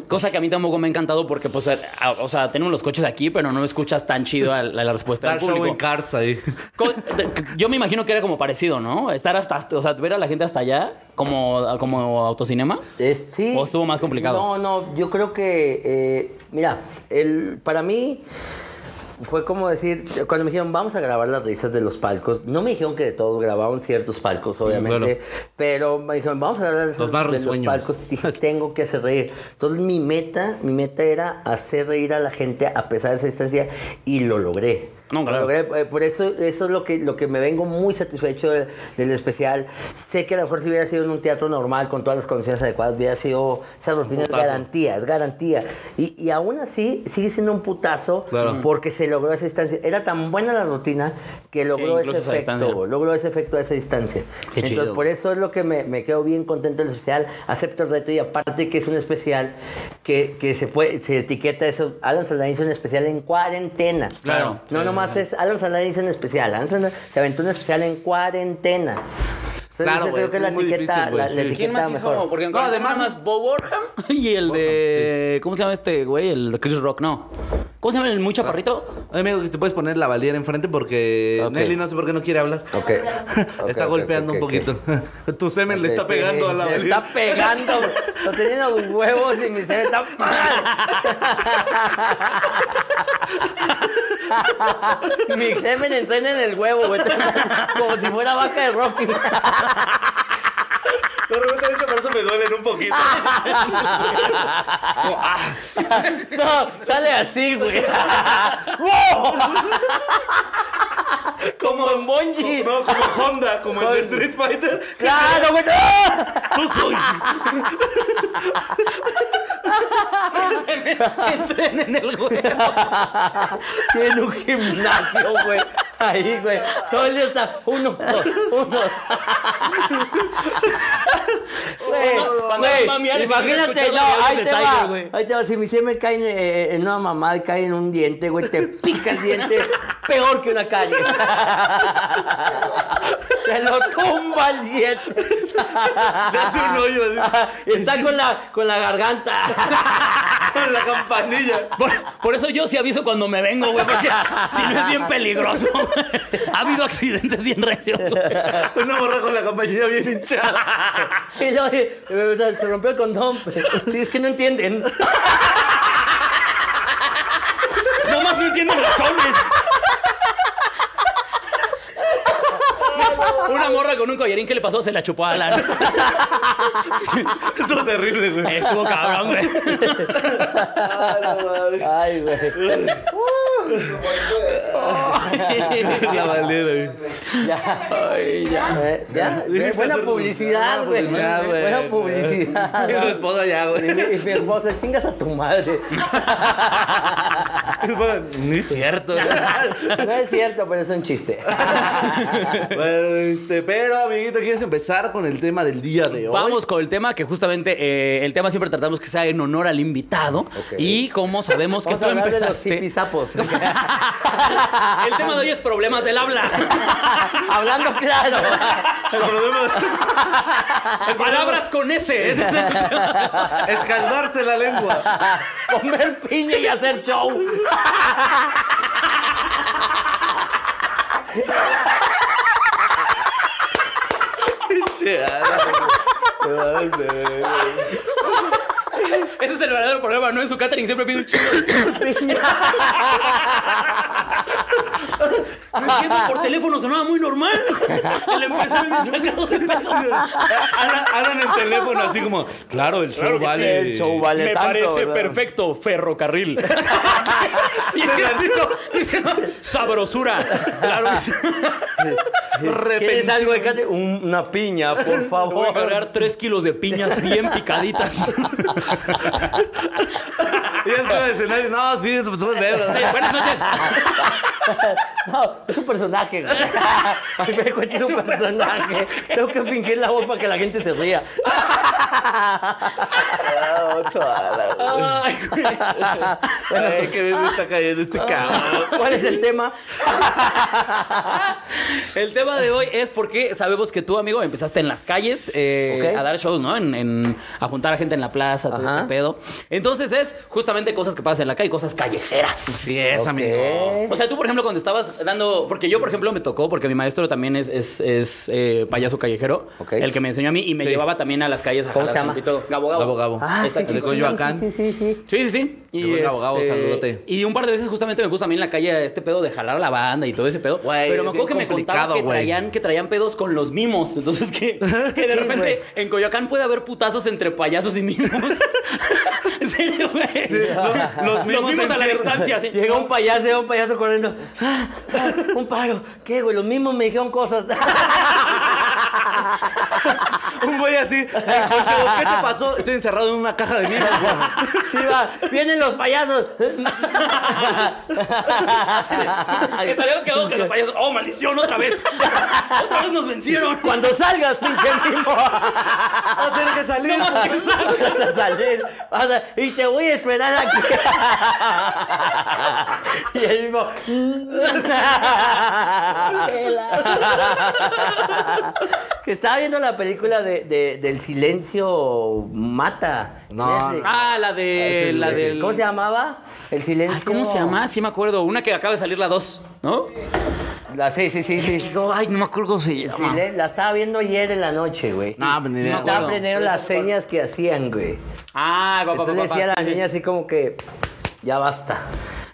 Speaker 1: Cosa que a mí tampoco me ha encantado porque, pues, a- a- o sea, tenemos los coches aquí, pero no escuchas tan chido a la, a la respuesta
Speaker 2: Dar
Speaker 1: del
Speaker 2: show
Speaker 1: público.
Speaker 2: en Cars ahí.
Speaker 1: Co- de- c- Yo me imagino que era como parecido, ¿no? Estar hasta, o sea, ver a la gente hasta allá, como, como autocinema.
Speaker 3: Es- Eh, sí.
Speaker 1: ¿O estuvo más complicado?
Speaker 3: No, no, yo creo que, eh, mira, el, para mí fue como decir, cuando me dijeron, vamos a grabar las risas de los palcos, no me dijeron que de todos grabaron ciertos palcos, obviamente,
Speaker 2: claro.
Speaker 3: pero me dijeron, vamos a grabar las
Speaker 2: Los más
Speaker 3: risas de los
Speaker 2: risueños.
Speaker 3: palcos, dije, tengo que hacer reír. Entonces mi meta, mi meta era hacer reír a la gente a pesar de esa distancia y lo logré.
Speaker 1: No, claro.
Speaker 3: Lo logré eh, por eso, eso es lo que, lo que me vengo muy satisfecho de- del especial. Sé que a lo mejor si hubiera sido en un teatro normal, con todas las condiciones adecuadas, hubiera sido. Esa rutina es
Speaker 2: Putazo.
Speaker 3: garantía, es garantía. Y, y aún así, sigue siendo un putazo
Speaker 2: Claro.
Speaker 3: porque se logró esa distancia. Era tan buena la rutina que logró
Speaker 1: incluso
Speaker 3: ese
Speaker 1: esa distancia.
Speaker 3: efecto. güey, Logró ese efecto a esa distancia.
Speaker 1: Qué
Speaker 3: Entonces,
Speaker 1: chido.
Speaker 3: por eso es lo que me, me quedo bien contento del especial. Acepto el reto y aparte que es un especial que, que se puede se etiqueta eso. Alan Saldaña hizo un especial en cuarentena.
Speaker 1: Claro.
Speaker 3: No nomás es Alan Saldaña hizo un especial. Alan Saldaña se aventó un especial en cuarentena. Entonces,
Speaker 2: Claro,
Speaker 3: yo
Speaker 2: güey,
Speaker 3: creo que la
Speaker 2: es muy
Speaker 3: etiqueta,
Speaker 2: difícil, güey.
Speaker 3: la, la
Speaker 2: Sí.
Speaker 1: ¿Quién
Speaker 3: etiqueta
Speaker 1: más hizo?
Speaker 3: mejor.
Speaker 1: Porque en
Speaker 2: No,
Speaker 1: cuarentena
Speaker 2: además
Speaker 1: nada
Speaker 2: es-
Speaker 1: más Bo Burnham y el de. ¿Cómo se llama este güey? El Chris Rock, no. ¿Cómo se llama el muy chaparrito?
Speaker 2: Oye, amigo, que te puedes poner la valiera enfrente porque
Speaker 3: Ok.
Speaker 2: Nelly no sé por qué no quiere hablar.
Speaker 3: Ok. Ok,
Speaker 2: está
Speaker 3: ok,
Speaker 2: golpeando un
Speaker 3: ok, ok.
Speaker 2: poquito. Tu semen le
Speaker 3: Ok,
Speaker 2: está
Speaker 3: sí,
Speaker 2: pegando a la
Speaker 3: le
Speaker 2: valiera.
Speaker 3: está pegando. Lo tenía en los huevos y mi cerebro está mal. mi semen entrena en el huevo, güey. Como si fuera vaca de Rocky.
Speaker 2: De repente, de hecho, por eso me duelen un poquito.
Speaker 3: No, sale así, güey. Como en Bonji.
Speaker 2: No, como Honda, como el de Street Fighter.
Speaker 3: Claro, güey. ¡No!
Speaker 2: Tú soy.
Speaker 1: Entren en el güey.
Speaker 3: Tiene un gimnasio, güey. Ahí, güey. Todo el día está uno, dos, uno. Güey,
Speaker 1: Cuando- cuando
Speaker 3: güey,
Speaker 1: es mamear, escuchar
Speaker 3: imagínate,
Speaker 1: la
Speaker 3: no,
Speaker 1: realidad
Speaker 3: ahí
Speaker 1: de
Speaker 3: te
Speaker 1: Tiger,
Speaker 3: va.
Speaker 1: güey.
Speaker 3: Ahí te va, si mi semen cae en, eh, en una mamada y cae en un diente, güey, te pica el diente peor que una calle. te lo tumba el diente.
Speaker 1: hace un hoyo,
Speaker 3: Está con la, con la garganta.
Speaker 1: Con la campanilla. Por, por eso yo sí aviso cuando me vengo, güey, porque si no es bien peligroso. ha habido accidentes bien recios, güey.
Speaker 2: Una morra con la compañía bien hinchada.
Speaker 3: Y luego, eh, se rompió el condón. Sí, es que no entienden.
Speaker 1: No más no tienen razones. Una morra con un collarín que le pasó se la chupó a Alan.
Speaker 2: Esto es terrible, güey.
Speaker 1: Estuvo cabrón, güey.
Speaker 3: Ay, güey.
Speaker 2: La valera, güey.
Speaker 1: Ay, ya.
Speaker 3: Eh, ya,
Speaker 2: Viniste a
Speaker 3: buena
Speaker 2: hacer tu-
Speaker 3: publicidad,
Speaker 2: buena
Speaker 3: güey.
Speaker 2: publicidad, güey.
Speaker 3: Buena publicidad.
Speaker 2: Es su esposa ya,
Speaker 3: Y mi,
Speaker 2: güey.
Speaker 3: y mi hermosa, chingas a tu madre.
Speaker 2: No es cierto.
Speaker 3: No es cierto, pero es un chiste.
Speaker 2: bueno, este, pero amiguito, ¿quieres empezar con el tema del día de hoy?
Speaker 1: Vamos con el tema que justamente eh, el tema siempre tratamos que sea en honor al invitado. Y como sabemos que
Speaker 3: Vamos
Speaker 1: tú
Speaker 3: a hablar de los
Speaker 1: empezaste.
Speaker 3: tipizapos.
Speaker 1: El tema de hoy es problemas del habla.
Speaker 3: Hablando claro.
Speaker 2: El problema
Speaker 1: Palabras con S. Ese es el tema.
Speaker 2: es calmarse la lengua.
Speaker 3: Comer piña y hacer show.
Speaker 2: Che, ala, güey. Te mames, güey.
Speaker 1: Ese es el verdadero problema, ¿no? En su catering siempre pide un chingo. No entiendo, por teléfono sonaba muy normal. El empresario bien sacado de pedo.
Speaker 2: Alan, Alan en teléfono, así como, claro, el show
Speaker 1: Claro que
Speaker 2: vale.
Speaker 3: sí, el show vale.
Speaker 1: Me
Speaker 3: tanto,
Speaker 1: parece
Speaker 3: ¿verdad?
Speaker 1: perfecto, ferrocarril. y el dice, sabrosura. Claro, dice,
Speaker 3: ¿Quieres algo de cate? Un- Una piña, por
Speaker 1: "Te voy a
Speaker 3: favor.
Speaker 1: cargar tres kilos de piñas bien picaditas.
Speaker 2: Y él todo el escenario, no, sí, pues, tú ves.
Speaker 1: Buenas noches.
Speaker 3: No, es un personaje. güey. A mí me cuenta es un personaje. Tengo que fingir la voz para que la gente se ría.
Speaker 1: Ay, güey.
Speaker 2: Ay, Eh, qué bien está cayendo este cabrón.
Speaker 3: ¿Cuál es el tema?
Speaker 1: El tema de hoy es porque sabemos que tú, amigo, empezaste en las calles eh,
Speaker 3: Ok.
Speaker 1: a dar shows, ¿no? En, en- a juntar a gente en la plaza, todo
Speaker 3: Ajá.
Speaker 1: este pedo. Entonces es justamente cosas que pasan en la calle, cosas callejeras. Sí
Speaker 2: es, amigo.
Speaker 1: O sea, tú, por ejemplo, cuando estabas dando... Porque yo, por ejemplo, me tocó, porque mi maestro también es, es, es, eh, payaso callejero,
Speaker 3: Ok.
Speaker 1: el que me enseñó a mí y me
Speaker 2: Sí.
Speaker 1: llevaba también a las calles a
Speaker 3: ¿Cómo se
Speaker 1: jalar
Speaker 3: llama?
Speaker 1: gente y todo. Gabo Gabo.
Speaker 2: Gabo Gabo.
Speaker 3: Ah, sí,
Speaker 2: de
Speaker 3: sí, sí,
Speaker 2: Coyoacán.
Speaker 3: sí, sí, sí.
Speaker 1: Sí, sí, sí. Y, este,
Speaker 2: buen Gabo Gabo, saludote.
Speaker 1: y un par de veces justamente me puso también en la calle este pedo de jalar a la banda y todo ese pedo.
Speaker 2: Güey,
Speaker 1: pero me acuerdo
Speaker 2: bien
Speaker 1: que me contaba
Speaker 2: complicado,
Speaker 1: que
Speaker 2: güey.
Speaker 1: traían, que traían pedos con los mimos. Entonces que, que de repente en Coyoacán puede haber putazos entre payasos y mimos. en serio, güey.
Speaker 2: lo- los mimos
Speaker 1: a la
Speaker 2: encierran-
Speaker 1: distancia. así.
Speaker 3: Llega un payaso, llega un payaso corriendo. Ah, ah, un paro. ¿Qué, güey? Los mismos me dijeron cosas.
Speaker 2: Un güey así, "Ey, Poncho, ¿qué te pasó? Estoy encerrado en una caja de mimos, güey.
Speaker 3: Sí, va. Vienen los payasos.
Speaker 1: Estaríamos quedados con los payasos. ¡Oh, maldición! ¡Otra vez! ¡Otra vez nos vencieron!
Speaker 3: Cuando salgas, pinche mimo.
Speaker 2: Va a tener que salir. porque-
Speaker 3: Vas a salir. Vas a- y te voy a esperar aquí. y "Mm". el mimo. que estaba viendo la película de, de- del silencio mata.
Speaker 2: No,
Speaker 3: Netflix.
Speaker 1: Ah, la de... La del...
Speaker 3: ¿Cómo se llamaba? El silencio.
Speaker 1: Ay, ¿Cómo se llama? Sí me acuerdo. Una que acaba de salir la 2, ¿no?
Speaker 3: La, sí, sí, sí. sí.
Speaker 1: Es que, ay, no me acuerdo cómo se
Speaker 3: El
Speaker 1: llama.
Speaker 3: silen- la estaba viendo ayer en la noche, güey.
Speaker 2: No, pues, ni idea.
Speaker 1: No,
Speaker 3: Ya
Speaker 1: acuerdo.
Speaker 3: aprendieron las señas que hacían, güey.
Speaker 1: Ah, papá,
Speaker 3: Entonces
Speaker 1: papá.
Speaker 3: le decía
Speaker 1: papá,
Speaker 3: a la
Speaker 1: sí, sí.
Speaker 3: niña así como que ya basta.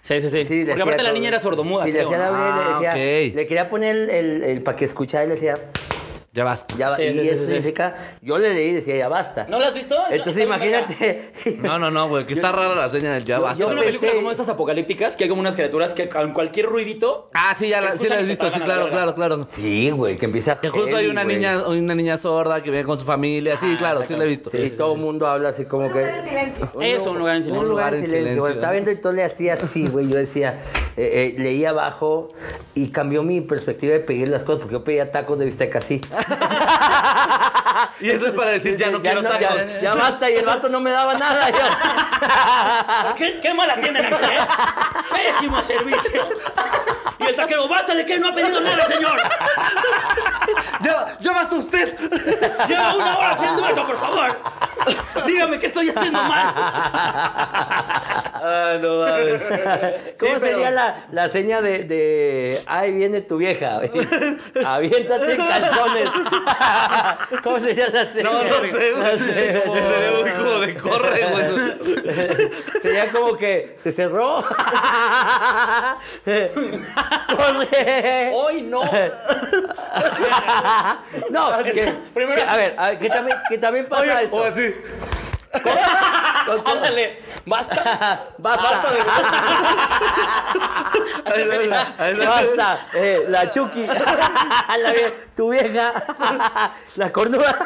Speaker 1: Sí, sí, sí.
Speaker 3: Sí, le
Speaker 1: Porque
Speaker 3: hacía
Speaker 1: aparte la
Speaker 3: todo.
Speaker 1: niña era sordomuda.
Speaker 3: Sí, le
Speaker 1: creo,
Speaker 3: hacía
Speaker 1: ¿no?
Speaker 3: la- le
Speaker 2: Ah,
Speaker 3: decía-
Speaker 2: ok.
Speaker 3: le quería poner el, el- el para que escuchara y le decía,
Speaker 2: Ya basta.
Speaker 3: ya basta.
Speaker 1: Sí,
Speaker 3: y
Speaker 1: sí, sí,
Speaker 3: eso
Speaker 1: sí, sí.
Speaker 3: significa, yo le leí y decía, ya basta.
Speaker 1: ¿No la has visto? Es-
Speaker 3: Entonces
Speaker 1: está bien
Speaker 3: imagínate.
Speaker 2: No, no, no, güey, que está rara la seña del ya
Speaker 3: Yo-
Speaker 2: basta.
Speaker 1: Es una
Speaker 3: Yo pensé-
Speaker 1: película como estas apocalípticas que hay como unas criaturas que con cualquier ruidito.
Speaker 2: Ah, sí, ya la, sí
Speaker 1: Escuchan
Speaker 2: la
Speaker 1: y
Speaker 2: he
Speaker 1: te
Speaker 2: visto, sí,
Speaker 1: tragan a la
Speaker 2: claro,
Speaker 1: verga.
Speaker 2: claro, claro.
Speaker 3: Sí, güey, que empieza
Speaker 2: Que justo hay
Speaker 3: heavy,
Speaker 2: una
Speaker 3: güey.
Speaker 2: niña, una niña sorda que viene con su familia, sí,
Speaker 1: Ah,
Speaker 2: claro, sí la he visto.
Speaker 3: Sí, todo el mundo habla así como que.
Speaker 1: Eso, un lugar en silencio.
Speaker 3: Un lugar en silencio.
Speaker 2: silencio.
Speaker 3: Estaba viendo y todo le hacía así, güey. Yo decía, eh, eh, leía abajo y cambió mi perspectiva de pedir las cosas porque yo pedía tacos de bistec así.
Speaker 2: Y eso es para decir, ya no quiero tacos.
Speaker 3: Ya, ya basta, y el vato no me daba nada. yo-
Speaker 1: ¿Qué, qué mal atienden aquí, ¿eh? Pésimo servicio. Y el taquero, basta de que no ha pedido nada, señor.
Speaker 2: Ya, ya basta usted.
Speaker 1: Lleva una hora haciendo eso, por favor. Dígame qué estoy haciendo mal.
Speaker 3: Ah, no mames. ¿Cómo
Speaker 1: Sí, pero-
Speaker 3: sería la, la seña de, de, Ahí viene tu vieja. güey"? Aviéntate en calzones. ¿Cómo sería la seña?
Speaker 2: No, no sé.
Speaker 3: No sé.
Speaker 2: güey. Sería muy como de corre, güey.
Speaker 3: Sería como que se cerró. Corre.
Speaker 1: Hoy no.
Speaker 3: No, que,
Speaker 1: Primero
Speaker 3: que- a
Speaker 1: haces-
Speaker 3: ver, a ver, que también, que también pasa
Speaker 2: Oh, Oye,
Speaker 3: esto.
Speaker 2: o así.
Speaker 3: Con- con-
Speaker 1: Ándale, basta.
Speaker 3: Basta. Basta. Eh, la Chucky. La vie- tu vieja. La cornuda.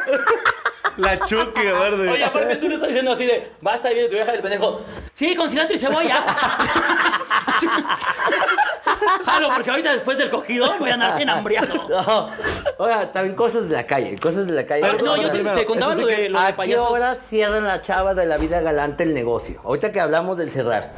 Speaker 2: La chuque, verde.
Speaker 1: Oye, aparte tú le estás diciendo así de, basta, ahí viene tu vieja, y el pendejo, sí, con cilantro y cebolla. Jalo, porque ahorita después del cogido voy a andar bien hambriado.
Speaker 3: No. Oiga, también cosas de la calle. Cosas de la calle.
Speaker 1: Pero no, yo te,
Speaker 2: primero,
Speaker 1: te contaba
Speaker 2: eso
Speaker 1: lo
Speaker 2: sí
Speaker 1: de, lo de
Speaker 3: ¿A qué
Speaker 1: payasos.
Speaker 3: hora cierran la chava de la vida galante el negocio? Ahorita que hablamos del cerrar.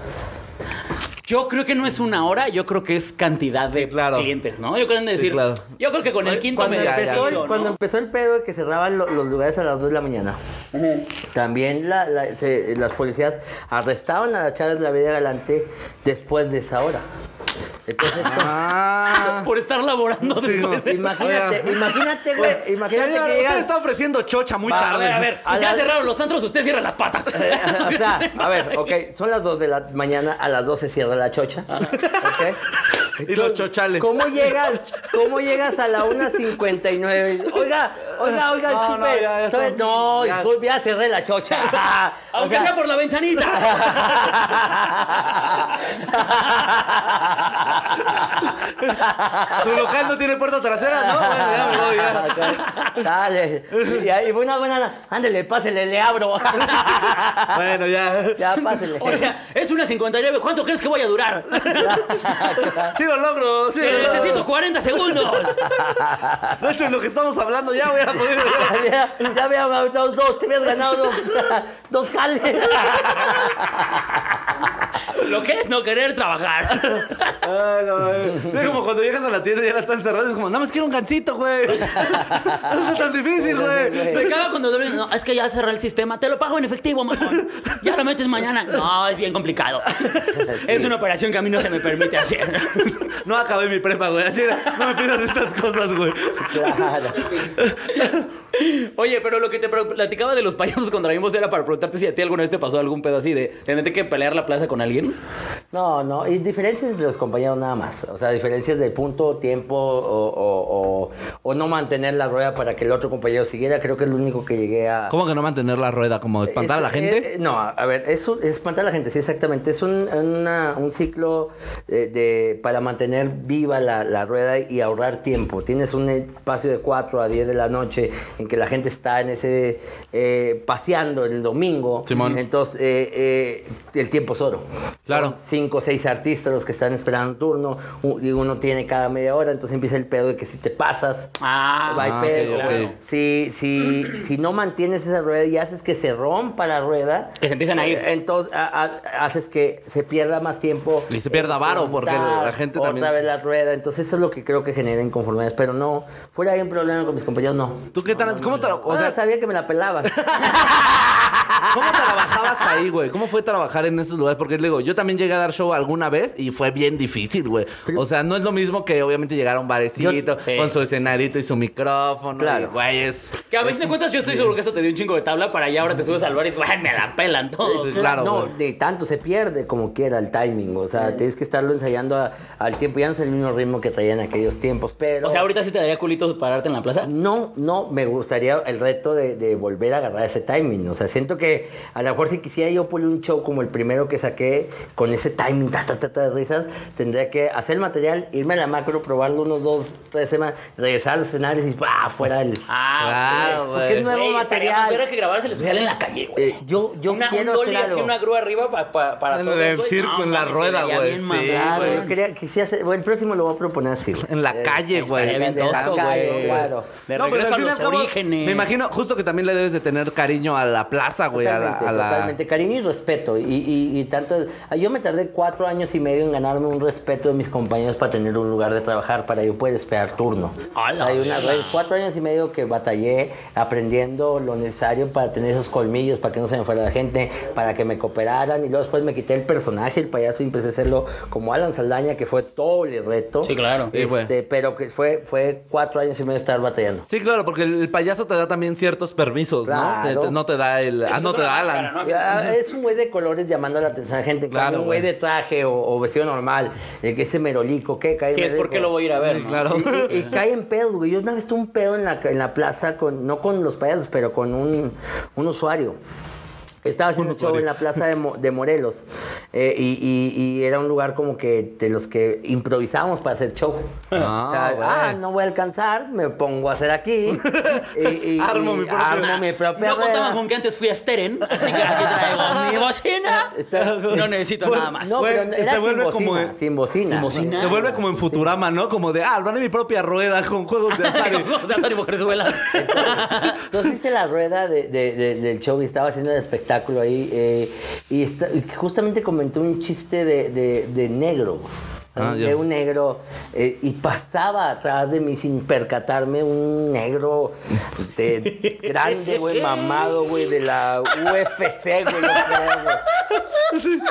Speaker 1: Yo creo que no es una hora, yo creo que es cantidad de
Speaker 2: claro.
Speaker 1: clientes, ¿no? Yo creo que han de
Speaker 2: Sí,
Speaker 1: decir,
Speaker 2: claro.
Speaker 1: yo creo que con el quinto
Speaker 3: Cuando,
Speaker 1: me
Speaker 2: ya,
Speaker 3: empezó,
Speaker 1: despido,
Speaker 3: el,
Speaker 1: ¿no?
Speaker 3: cuando empezó el pedo de que cerraban lo- los lugares a las 2 de la mañana, también la- la- se- las policías arrestaban a las chavas de la vida galante después de esa hora. Entonces,
Speaker 2: Ah.
Speaker 1: por estar laborando
Speaker 2: Sí,
Speaker 1: después
Speaker 2: no.
Speaker 1: de...
Speaker 3: imagínate,
Speaker 2: Oiga.
Speaker 3: imagínate, güey, imagínate
Speaker 2: Señor,
Speaker 3: que
Speaker 2: usted
Speaker 3: llegan...
Speaker 2: está ofreciendo chocha muy
Speaker 1: A
Speaker 2: tarde.
Speaker 1: ver, a ver,
Speaker 3: A
Speaker 1: ya
Speaker 3: la-
Speaker 1: cerraron los antros, usted cierra las patas.
Speaker 3: o sea, a ver, ok, son las 2 de la mañana, a las 12 cierra la chocha.
Speaker 2: Ah.
Speaker 3: ok.
Speaker 2: Y los chochales.
Speaker 3: ¿Cómo llegas, ¿Cómo llegas a la 1.59? Oiga, oiga, oiga,
Speaker 2: No,
Speaker 3: disculpe.
Speaker 2: no, ya, ya
Speaker 3: Entonces,
Speaker 2: está.
Speaker 3: no,
Speaker 2: Ya.
Speaker 3: disculpe, ya cerré la chocha. O
Speaker 1: Aunque sea por la ventanita.
Speaker 2: Ah, Su local no tiene puerta trasera, ¿no? Bueno, ya me voy, ya.
Speaker 3: Dale. Y ahí, buena, buena. Ándale, pásele, le abro.
Speaker 2: Bueno, ya.
Speaker 3: ya, pásele.
Speaker 1: O sea, es una 59, ¿cuánto crees que voy a durar?
Speaker 2: Sí lo logro, sí
Speaker 1: Te
Speaker 2: lo logro.
Speaker 1: necesito 40 segundos.
Speaker 2: De hecho, en lo que estamos hablando ya voy a poner...
Speaker 3: Ya, ya me habían dado dos, te habías ganado dos, dos jales.
Speaker 1: Lo que es no querer trabajar.
Speaker 2: Ay, no, güey. Sí, como cuando llegas a la tienda y ya la están cerrada, es como, nada más quiero un gancito, güey. No es tan difícil, güey.
Speaker 1: Me cago cuando dicen, no, es que ya cerré el sistema, te lo pago en efectivo, mamón. Ya lo metes mañana. No, es bien complicado. Es una operación que a mí no se me permite hacer.
Speaker 2: No acabé mi prepa, güey. Ayer no me pidas estas cosas, güey.
Speaker 3: Claro.
Speaker 1: Oye, pero lo que te pro- platicaba de los payasos cuando la vimos era para preguntarte si a ti alguna vez te pasó algún pedo así de tenerte que pelear la plaza con alguien.
Speaker 3: No, no, y diferencias de los compañeros nada más. O sea, diferencias de punto, tiempo o, o- o- o no mantener la rueda para que el otro compañero siguiera. Creo que es lo único que llegué a.
Speaker 2: ¿Cómo que no mantener la rueda? ¿Como espantar a la
Speaker 3: Es-
Speaker 2: gente?
Speaker 3: eh, no, a a ver, es, un- es espantar a la gente, sí, exactamente. Es un, una- un ciclo eh, de, para mantener viva la, la rueda y ahorrar tiempo. Tienes un espacio de 4 a 10 de la noche en que la gente está en ese eh, paseando el domingo.
Speaker 2: Simón.
Speaker 3: Entonces, eh, eh, el tiempo es oro.
Speaker 2: Claro.
Speaker 3: Son cinco o seis artistas los que están esperando un turno u- y uno tiene cada media hora, entonces empieza el pedo de que si te pasas,
Speaker 1: Ah,
Speaker 3: va y
Speaker 2: ah,
Speaker 3: pedo.
Speaker 2: ok,
Speaker 3: güey.
Speaker 2: ok.
Speaker 3: Si, si, si no mantienes esa rueda y haces que se rompa la rueda,
Speaker 1: Que se empiecen a ir.
Speaker 3: eh, Entonces a- a- haces que se pierda más tiempo.
Speaker 2: Y se pierda
Speaker 3: en
Speaker 2: varo, porque
Speaker 3: juntar
Speaker 2: la gente
Speaker 3: otra
Speaker 2: también-
Speaker 3: vez la rueda. Entonces eso es lo que creo que genera inconformidades. Pero no, fuera de un problema con mis compañeros, no.
Speaker 2: ¿Tú qué tal? ¿Cómo, tra- o
Speaker 3: Ah,
Speaker 2: sea,
Speaker 3: sabía que me la pelaban.
Speaker 2: ¿Cómo trabajabas ahí, güey? ¿Cómo fue trabajar en esos lugares? Porque le digo, yo también llegué a dar show alguna vez y fue bien difícil, güey. O sea, no es lo mismo que obviamente llegar a un barecito
Speaker 3: Yo-
Speaker 1: sí,
Speaker 2: con su escenarito y su micrófono.
Speaker 3: Claro.
Speaker 2: y, güey, es...
Speaker 1: Que a veces te cuentas, yo estoy seguro que eso te dio un chingo de tabla para allá ahora te subes al bar y "Ay, me la pelan todos.
Speaker 2: Sí, claro,
Speaker 3: No,
Speaker 2: güey.
Speaker 3: de tanto se pierde como quiera el timing. O sea, tienes que estarlo ensayando a- al tiempo. Ya no es el mismo ritmo que traían en aquellos tiempos. Pero.
Speaker 1: O sea, ahorita sí te daría culito pararte en la plaza.
Speaker 3: No, no, me gustaría el reto de, de volver a agarrar ese timing. O sea, siento que sé, a lo mejor si quisiera yo poner un show como el primero que saqué, con ese timing, ta, ta, ta, ta, de risas, tendría que hacer el material, irme a la macro, probarlo unos dos, tres semanas, regresar al escenario y ¡ah! fuera el.
Speaker 1: Ah,
Speaker 3: Claro,
Speaker 1: ok.
Speaker 3: porque es nuevo
Speaker 1: Güey, estaría más
Speaker 3: material.
Speaker 1: verga que grabarse el especial en la calle, güey.
Speaker 3: Eh, yo- yo
Speaker 1: una,
Speaker 3: quiero
Speaker 1: un dolly
Speaker 3: hacer
Speaker 1: así,
Speaker 3: algo.
Speaker 1: una grúa arriba pa- pa- para
Speaker 2: En
Speaker 1: todos,
Speaker 2: el
Speaker 1: güey.
Speaker 2: circo, en la
Speaker 1: mames,
Speaker 2: rueda,
Speaker 1: sería
Speaker 2: güey,
Speaker 1: bien
Speaker 2: sí,
Speaker 1: mamado,
Speaker 3: Claro,
Speaker 2: güey.
Speaker 3: yo quería, quisiera hacer. Bueno, el próximo lo voy a proponer así, güey. Eh,
Speaker 2: En la calle, güey.
Speaker 1: Estaría bien
Speaker 3: En la
Speaker 1: tosco,
Speaker 3: calle,
Speaker 1: güey.
Speaker 3: claro.
Speaker 1: De
Speaker 2: No, pero
Speaker 1: regreso
Speaker 2: al fin y
Speaker 1: a
Speaker 2: al
Speaker 1: los
Speaker 2: cabo,
Speaker 1: orígenes.
Speaker 2: Me imagino, justo que también le debes de tener cariño a la plaza, güey. A la,
Speaker 3: Totalmente,
Speaker 2: a la-
Speaker 3: totalmente. Cariño y respeto. Y, y- y tanto. ah, Yo me tardé cuatro años y medio en ganarme un respeto de mis compañeros para tener un lugar de trabajar, para yo poder esperar turno.
Speaker 1: A la
Speaker 3: Hay una red- cuatro años y medio que batallé aprendiendo lo necesario para tener esos colmillos, para que no se me fuera la gente, para que me cooperaran. Y luego después me quité el personaje, el payaso, y empecé a hacerlo como Alan Saldaña, que fue todo el reto.
Speaker 1: Sí, claro.
Speaker 2: Sí, güey.
Speaker 3: Este, pero que fue, fue cuatro años y medio estar batallando.
Speaker 2: Sí, claro, porque el el payaso te da también ciertos permisos, ¿no? Te-
Speaker 3: Claro.
Speaker 2: te- no te da el.
Speaker 1: Sí,
Speaker 2: ah,
Speaker 1: pues
Speaker 2: no
Speaker 1: es
Speaker 2: te
Speaker 1: una
Speaker 2: da
Speaker 1: máscara,
Speaker 2: Alan.
Speaker 1: ¿no?
Speaker 3: Ya, es un güey de colores llamando la atención a la gente.
Speaker 2: Claro,
Speaker 3: Claro, un güey
Speaker 2: güey.
Speaker 3: de traje o, o vestido normal, el que ese merolico, ¿qué cae?
Speaker 1: Sí, es porque lo voy a ir a ver, ¿no?
Speaker 2: Claro.
Speaker 3: Y, y- y cae en pedo, güey. Yo una vez tuve un pedo en la, en la plaza, con, no con los payasos, pero con un, un usuario. Estaba haciendo un show en la plaza de, Mo- de Morelos eh, y, y- y era un lugar como que de los que improvisábamos para hacer show.
Speaker 2: Ah,
Speaker 3: O sea,
Speaker 2: güey.
Speaker 3: ah, no voy a alcanzar, me pongo a hacer aquí. y- y-
Speaker 2: Armo
Speaker 3: y
Speaker 2: mi propio-
Speaker 3: armo mi propia
Speaker 1: No contaban
Speaker 3: rueda.
Speaker 1: con que antes fui a Steren, así que aquí traigo mi bocina.
Speaker 3: Está-
Speaker 1: No necesito
Speaker 2: Bueno,
Speaker 1: nada más.
Speaker 3: No,
Speaker 2: Güey,
Speaker 3: pero era
Speaker 2: se
Speaker 3: sin
Speaker 2: vuelve
Speaker 3: bocina,
Speaker 2: como-
Speaker 3: sin bocina.
Speaker 1: Sin bocina.
Speaker 2: Se vuelve como en Futurama, ¿no? Como de, ah, van en mi propia rueda con juegos de azar. y-
Speaker 1: o sea, son mujeres vuelan.
Speaker 3: Entonces hice la rueda de- de- de- del show y estaba haciendo el espectáculo ahí eh, y, esta- y justamente comenté un chiste de, de- de negro.
Speaker 2: Ah,
Speaker 3: de
Speaker 2: ya.
Speaker 3: un negro eh, y pasaba atrás de mí sin percatarme un negro de grande, güey, mamado, güey, de la UFC, güey. yo creo, güey.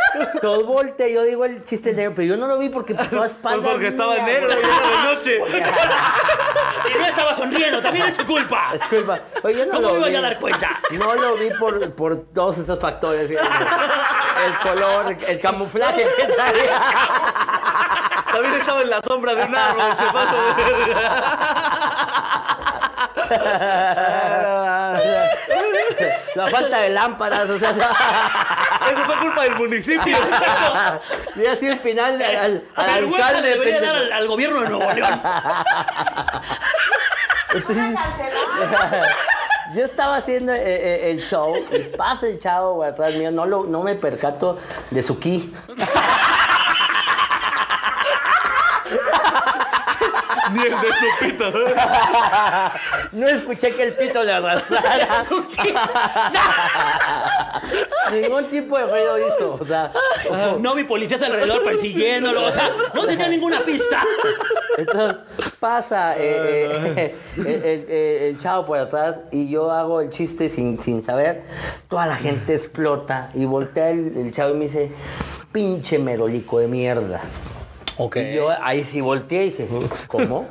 Speaker 3: Todo voltea, yo digo el chiste negro, pero yo no lo vi porque pasó a
Speaker 2: Pues
Speaker 3: espaldas.
Speaker 2: porque estaba
Speaker 3: mías,
Speaker 2: negro y
Speaker 3: güey.
Speaker 2: era de noche.
Speaker 1: Y no estaba sonriendo, también es su culpa.
Speaker 3: Disculpa. Oye, yo no
Speaker 1: ¿Cómo
Speaker 3: lo
Speaker 1: me voy
Speaker 3: vi.
Speaker 1: a dar cuenta?
Speaker 3: No lo vi por, por todos esos factores. fíjate. El color, el camuflaje que traía.
Speaker 2: También estaba en la sombra de un árbol, se pasó de
Speaker 3: La falta de lámparas, o sea.
Speaker 2: Eso fue culpa del municipio.
Speaker 3: Y así el final al, al, al
Speaker 1: Vergüenza le
Speaker 3: alcalde.
Speaker 1: debería
Speaker 3: pendejo.
Speaker 1: dar al, al gobierno de Nuevo León.
Speaker 3: Yo estaba haciendo eh, eh, el show y pasa el chavo güey, atrás mío. No, lo, no me percato de su ki.
Speaker 2: Ni el de su pito.
Speaker 3: No escuché que el pito le arrastrara. Ningún tipo de ruido hizo. O sea,
Speaker 1: No vi policías alrededor persiguiéndolo, o sea, no tenía ninguna pista.
Speaker 3: Entonces pasa eh, eh, el, el- el- el chavo por atrás y yo hago el chiste sin, sin saber. Toda la gente explota y voltea el, el chavo y me dice, pinche merolico de mierda.
Speaker 1: Ok.
Speaker 3: Y yo ahí sí volteé y dije, ¿cómo?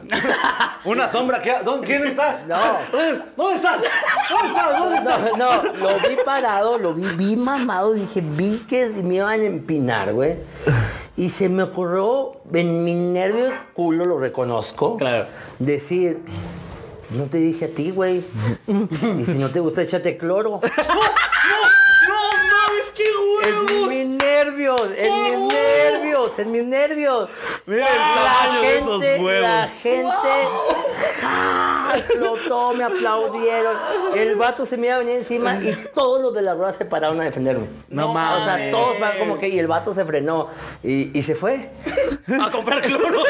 Speaker 2: Una sombra que. ¿dónde- ¿Quién está?
Speaker 3: No.
Speaker 2: ¿Dónde dónde estás? ¿Dónde estás? ¿Dónde estás?
Speaker 3: No, no, lo vi parado, lo vi, vi mamado, dije, vi que me iban a empinar, güey. Y se me ocurrió, en mi nervio de culo lo reconozco,
Speaker 1: Claro.
Speaker 3: decir, no te dije a ti, güey. Y si no te gusta, échate cloro.
Speaker 1: ¡No mames, qué
Speaker 3: En mis nervios, en mis nervios, en mis nervios.
Speaker 2: Mira el tamaño de esos huevos.
Speaker 3: La gente ¡ah! explotó, me aplaudieron. El vato se me iba a venir encima y todos los de la rueda se pararon a defenderme.
Speaker 2: No
Speaker 3: O sea,
Speaker 2: mames.
Speaker 3: todos van como que. Y el vato se frenó y, y se fue.
Speaker 1: A comprar cloro.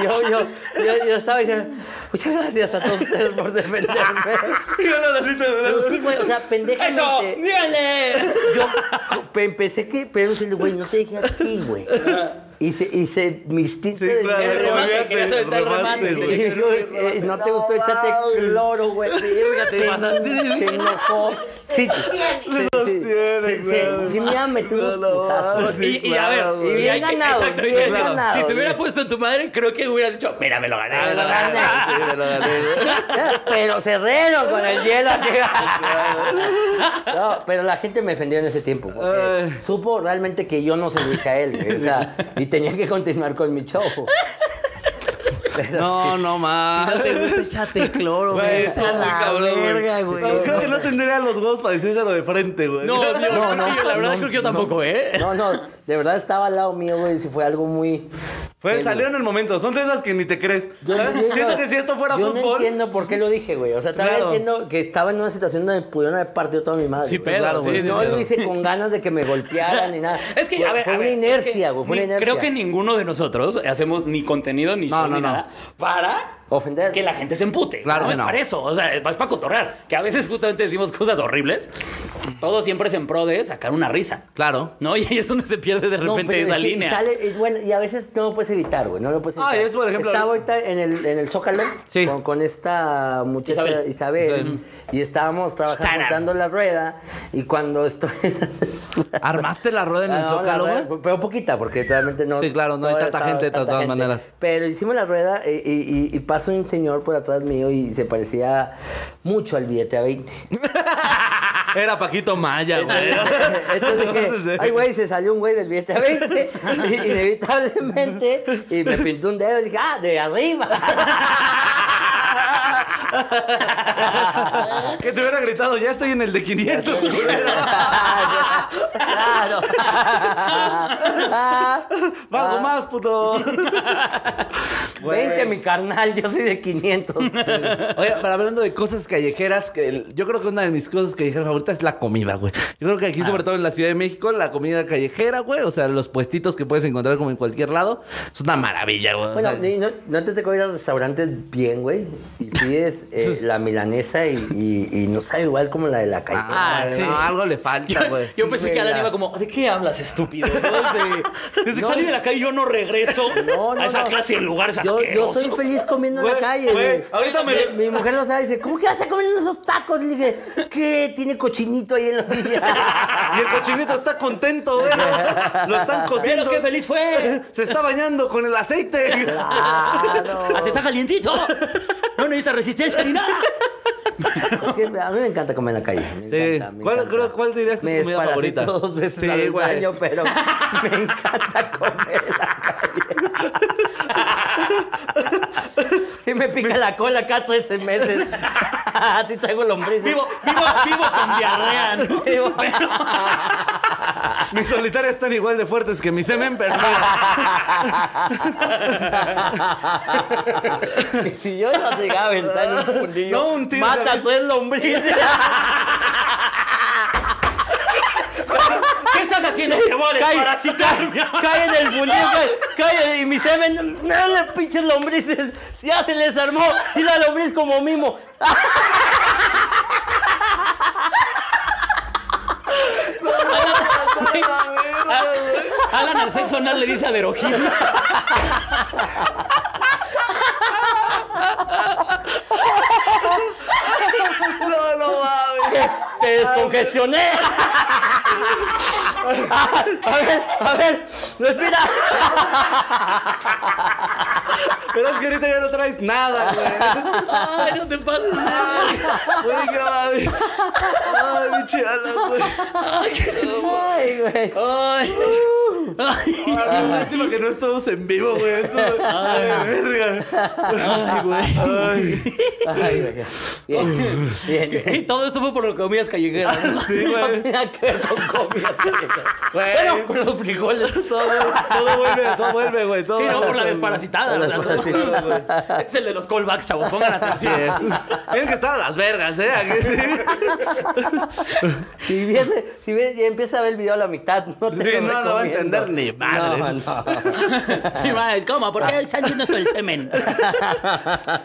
Speaker 3: Y yo, yo, yo, yo estaba diciendo, muchas gracias a todos ustedes por defenderme.
Speaker 2: Mira la lacita de la-
Speaker 3: Pero sí, güey, o sea, pendejamente.
Speaker 1: Eso, díganle.
Speaker 3: Yo pe- empecé que, pero se güey, no te dije a ti, güey. Y se, y se, mi instinto
Speaker 2: Sí,
Speaker 3: de
Speaker 2: claro,
Speaker 3: nervio-
Speaker 1: remate,
Speaker 2: colgate,
Speaker 1: querías aventar el remate,
Speaker 2: remate,
Speaker 3: Y
Speaker 2: güey.
Speaker 1: güey.
Speaker 3: yo, eh, no te gustó, échate cloro, güey. Sí, oiga, te pasaste. Se enojó.
Speaker 2: Se
Speaker 3: Sí,
Speaker 2: sostiene,
Speaker 3: sí, sí,
Speaker 2: güey.
Speaker 3: sí, me iba a meter
Speaker 2: No
Speaker 3: unos
Speaker 2: lo
Speaker 3: putazos.
Speaker 2: hagas.
Speaker 1: Y, y a ver, y
Speaker 2: claro,
Speaker 3: güey.
Speaker 1: hay que-
Speaker 3: Bien ganado,
Speaker 1: exacto, y
Speaker 3: bien
Speaker 1: decía, si
Speaker 3: ganado,
Speaker 1: te hubiera
Speaker 3: güey. Ah,
Speaker 1: puesto en tu madre, creo que hubieras dicho, mira, me lo gané, me lo gané.
Speaker 2: Sí, me la gané.
Speaker 3: Pero cerrero con el hielo así. No, pero la gente me defendió en ese tiempo. porque
Speaker 2: Ay.
Speaker 3: Supo realmente que yo no se lo dije a él. güey, o sea, y tenía que continuar con mi show.
Speaker 2: No, no más.
Speaker 3: No Ah, te gusta, échate cloro, güey.
Speaker 2: Güey,
Speaker 3: a
Speaker 2: estuvo muy
Speaker 3: la
Speaker 2: cabrón, güey.
Speaker 3: verga, güey.
Speaker 2: No, Creo que no tendría los huevos para decírselo de frente, güey.
Speaker 1: No, Dios,
Speaker 3: No, no,
Speaker 1: la verdad
Speaker 3: no,
Speaker 1: creo que yo tampoco, ¿eh?
Speaker 3: No, no, de verdad estaba al lado mío, güey, si fue algo muy...
Speaker 2: Fue,
Speaker 3: Sí,
Speaker 2: salió en el momento. Son de esas que ni te crees.
Speaker 3: Yo no
Speaker 2: ¿Sabes?
Speaker 3: entiendo-
Speaker 2: Siento que si esto fuera
Speaker 3: yo no
Speaker 2: fútbol.
Speaker 3: entiendo por qué lo dije, güey. O sea, todavía
Speaker 2: Claro.
Speaker 3: entiendo que estaba en una situación donde pudieron haber partido toda mi madre.
Speaker 1: Sí,
Speaker 3: güey.
Speaker 1: pedo,
Speaker 3: Claro,
Speaker 1: sí,
Speaker 3: güey.
Speaker 1: sí,
Speaker 3: No
Speaker 1: sí.
Speaker 3: lo hice con ganas de que me golpearan ni nada.
Speaker 1: Es que,
Speaker 3: Fue-
Speaker 1: a ver,
Speaker 3: fue
Speaker 1: a
Speaker 3: una
Speaker 1: ver, es que
Speaker 3: inercia, güey. Fue
Speaker 1: ni-
Speaker 3: una inercia.
Speaker 1: Creo que ninguno de nosotros hacemos ni contenido, ni
Speaker 2: No,
Speaker 1: show,
Speaker 2: no,
Speaker 1: ni
Speaker 2: no.
Speaker 1: nada para
Speaker 3: Ofender.
Speaker 1: que la gente se empute.
Speaker 2: Claro
Speaker 1: no
Speaker 2: que
Speaker 1: es
Speaker 2: no.
Speaker 1: para eso. O sea, es para cotorrear. Que a veces justamente decimos cosas horribles. Todo siempre es en pro de sacar una risa.
Speaker 2: Claro.
Speaker 1: ¿No? Y ahí es donde se pierde de
Speaker 3: No,
Speaker 1: repente
Speaker 3: pero
Speaker 1: esa
Speaker 3: es que
Speaker 1: línea.
Speaker 3: sale- y bueno, y a veces no lo puedes evitar, güey. No lo puedes
Speaker 2: Ah,
Speaker 3: evitar.
Speaker 2: es, por ejemplo,
Speaker 3: Estaba ahorita en el, en el Zócalo
Speaker 2: Sí.
Speaker 3: con, con esta muchacha
Speaker 1: Isabel.
Speaker 3: Isabel. Y estábamos trabajando,
Speaker 1: Sara.
Speaker 3: montando la rueda. Y cuando estoy.
Speaker 2: Armaste la rueda en el
Speaker 3: Ah, no,
Speaker 2: zócalo,
Speaker 3: la
Speaker 2: güey.
Speaker 3: rueda, Pero poquita, porque realmente no.
Speaker 2: Sí, claro, no hay
Speaker 3: todavía
Speaker 2: tanta
Speaker 3: estaba
Speaker 2: gente de todas maneras.
Speaker 3: Pero hicimos la rueda eh, y, y- y pasó un señor por atrás mío y se parecía mucho al billete a 20.
Speaker 2: Era Paquito Maya, güey.
Speaker 3: Entonces dije, ay, güey, se salió un güey del billete a 20, y- inevitablemente, y me pintó un dedo y dije, ah, de arriba.
Speaker 2: Que te hubiera gritado, ya estoy en el de 500. culero.
Speaker 3: claro. Ah,
Speaker 2: Valgo más, puto.
Speaker 3: 20, mi carnal, yo soy de 500.
Speaker 2: Oye, pero hablando de cosas callejeras, que el- yo creo que una de mis cosas callejeras favoritas es la comida, güey. Yo creo que aquí, sobre todo en la Ciudad de México, la comida callejera, güey, o sea, los puestitos que puedes encontrar como en cualquier lado, es una maravilla, güey. o
Speaker 3: Bueno,
Speaker 2: sea,
Speaker 3: y no, no te tengo ir a restaurantes bien, güey. Y pides eh, la milanesa y, y- y no sabe igual como la de la calle.
Speaker 2: ah,
Speaker 1: Ah, sí.
Speaker 2: no, algo le falta, güey.
Speaker 1: Yo pensé
Speaker 3: güey,
Speaker 1: que Alan
Speaker 3: pues, la-
Speaker 1: iba como, ¿de qué hablas, estúpido? Desde, desde que salí de la calle yo no regreso
Speaker 3: No, no,
Speaker 1: a esa
Speaker 3: no.
Speaker 1: clase de lugares
Speaker 3: Yo, yo
Speaker 1: asquerosos.
Speaker 3: soy feliz comiendo en
Speaker 2: Güey,
Speaker 3: la calle,
Speaker 2: güey,
Speaker 3: güey.
Speaker 2: ahorita me-
Speaker 3: Mi, mi mujer lo sabe y dice, ¿cómo que vas a comer esos tacos? Le dije, ¿qué? Tiene cochinito ahí en la orilla.
Speaker 2: Y el cochinito está contento, güey. Lo están
Speaker 1: ¡Pero
Speaker 2: cociendo.
Speaker 1: qué feliz fue!
Speaker 2: Se está bañando con el aceite.
Speaker 3: Claro.
Speaker 1: ¡Hasta Ah, está calientito! No necesita resistencia ni nada.
Speaker 3: Es que a mí me encanta comer en la calle. me
Speaker 2: Sí.
Speaker 3: encanta, me
Speaker 2: ¿Cuál-
Speaker 3: encanta.
Speaker 2: cuál- cuál dirías que es
Speaker 3: me
Speaker 2: tu comida
Speaker 3: desparasito
Speaker 2: favorita?
Speaker 3: dos veces
Speaker 2: Sí,
Speaker 3: al
Speaker 2: güey.
Speaker 3: año, pero me encanta comer en la calle. Sí me pica la cola cada 13 meses. A ti traigo lombrices.
Speaker 1: Vivo, vivo, vivo con diarrea, ¿no?
Speaker 3: Vivo.
Speaker 1: Pero-
Speaker 2: Mis solitarias están igual de fuertes que mi semen, pero mira,
Speaker 3: Y si yo no llegaba a aventar en Ah, un fundillo,
Speaker 2: No, un tiro de
Speaker 3: mata
Speaker 2: avi-
Speaker 3: a tres lombrices.
Speaker 1: ¿Qué estás haciendo? Te voy a
Speaker 3: Cae-
Speaker 1: desparasitarme.
Speaker 3: Cae en el fundillo, cae, cae, y mi semen, no, las pinches lombrices, ya se les armó, y la lombriz como mimo.
Speaker 1: Ah, Alan al sexo anal le dice aderogía.
Speaker 3: Te descongestioné. A ver, a ver, respira.
Speaker 2: pero es que ahorita ya no traes nada, güey.
Speaker 1: ¡Ay, no te pases!
Speaker 2: Güey, qué mames. Ay, mi chala, güey.
Speaker 3: Ay, güey.
Speaker 1: ¡Ay!
Speaker 2: Ah, Lástima que no estamos en vivo, güey. Esto, ay, verga.
Speaker 1: ¡Ay, güey!
Speaker 3: Ay, güey. Bien, bien, bien.
Speaker 1: Y todo esto fue por comidas callejeras. ¿no?
Speaker 2: Sí,
Speaker 3: No
Speaker 2: güey.
Speaker 3: tiene nada que ver con comida.
Speaker 2: Güey.
Speaker 3: Bueno, con los frijoles.
Speaker 2: Todo, todo vuelve, todo vuelve, güey. Todo
Speaker 1: Sí, no, por la
Speaker 2: vuelve, güey.
Speaker 1: desparasitada.
Speaker 2: Por
Speaker 1: o
Speaker 2: la
Speaker 1: sea, todo-
Speaker 2: desparasitada, güey.
Speaker 1: es el de los callbacks, chavos. Pongan
Speaker 2: Así
Speaker 1: atención.
Speaker 2: es. Tienen que estar a las vergas, ¿eh? Aquí sí.
Speaker 3: Si viese, si ves, ya empieza a ver el video a la mitad, no te
Speaker 2: Sí,
Speaker 3: lo
Speaker 2: no lo va a
Speaker 3: recomiendo.
Speaker 2: entender ni madre.
Speaker 3: No, no.
Speaker 1: Sí, madre, ¿cómo? ¿Por
Speaker 2: Ah.
Speaker 1: qué están yendo esto el semen?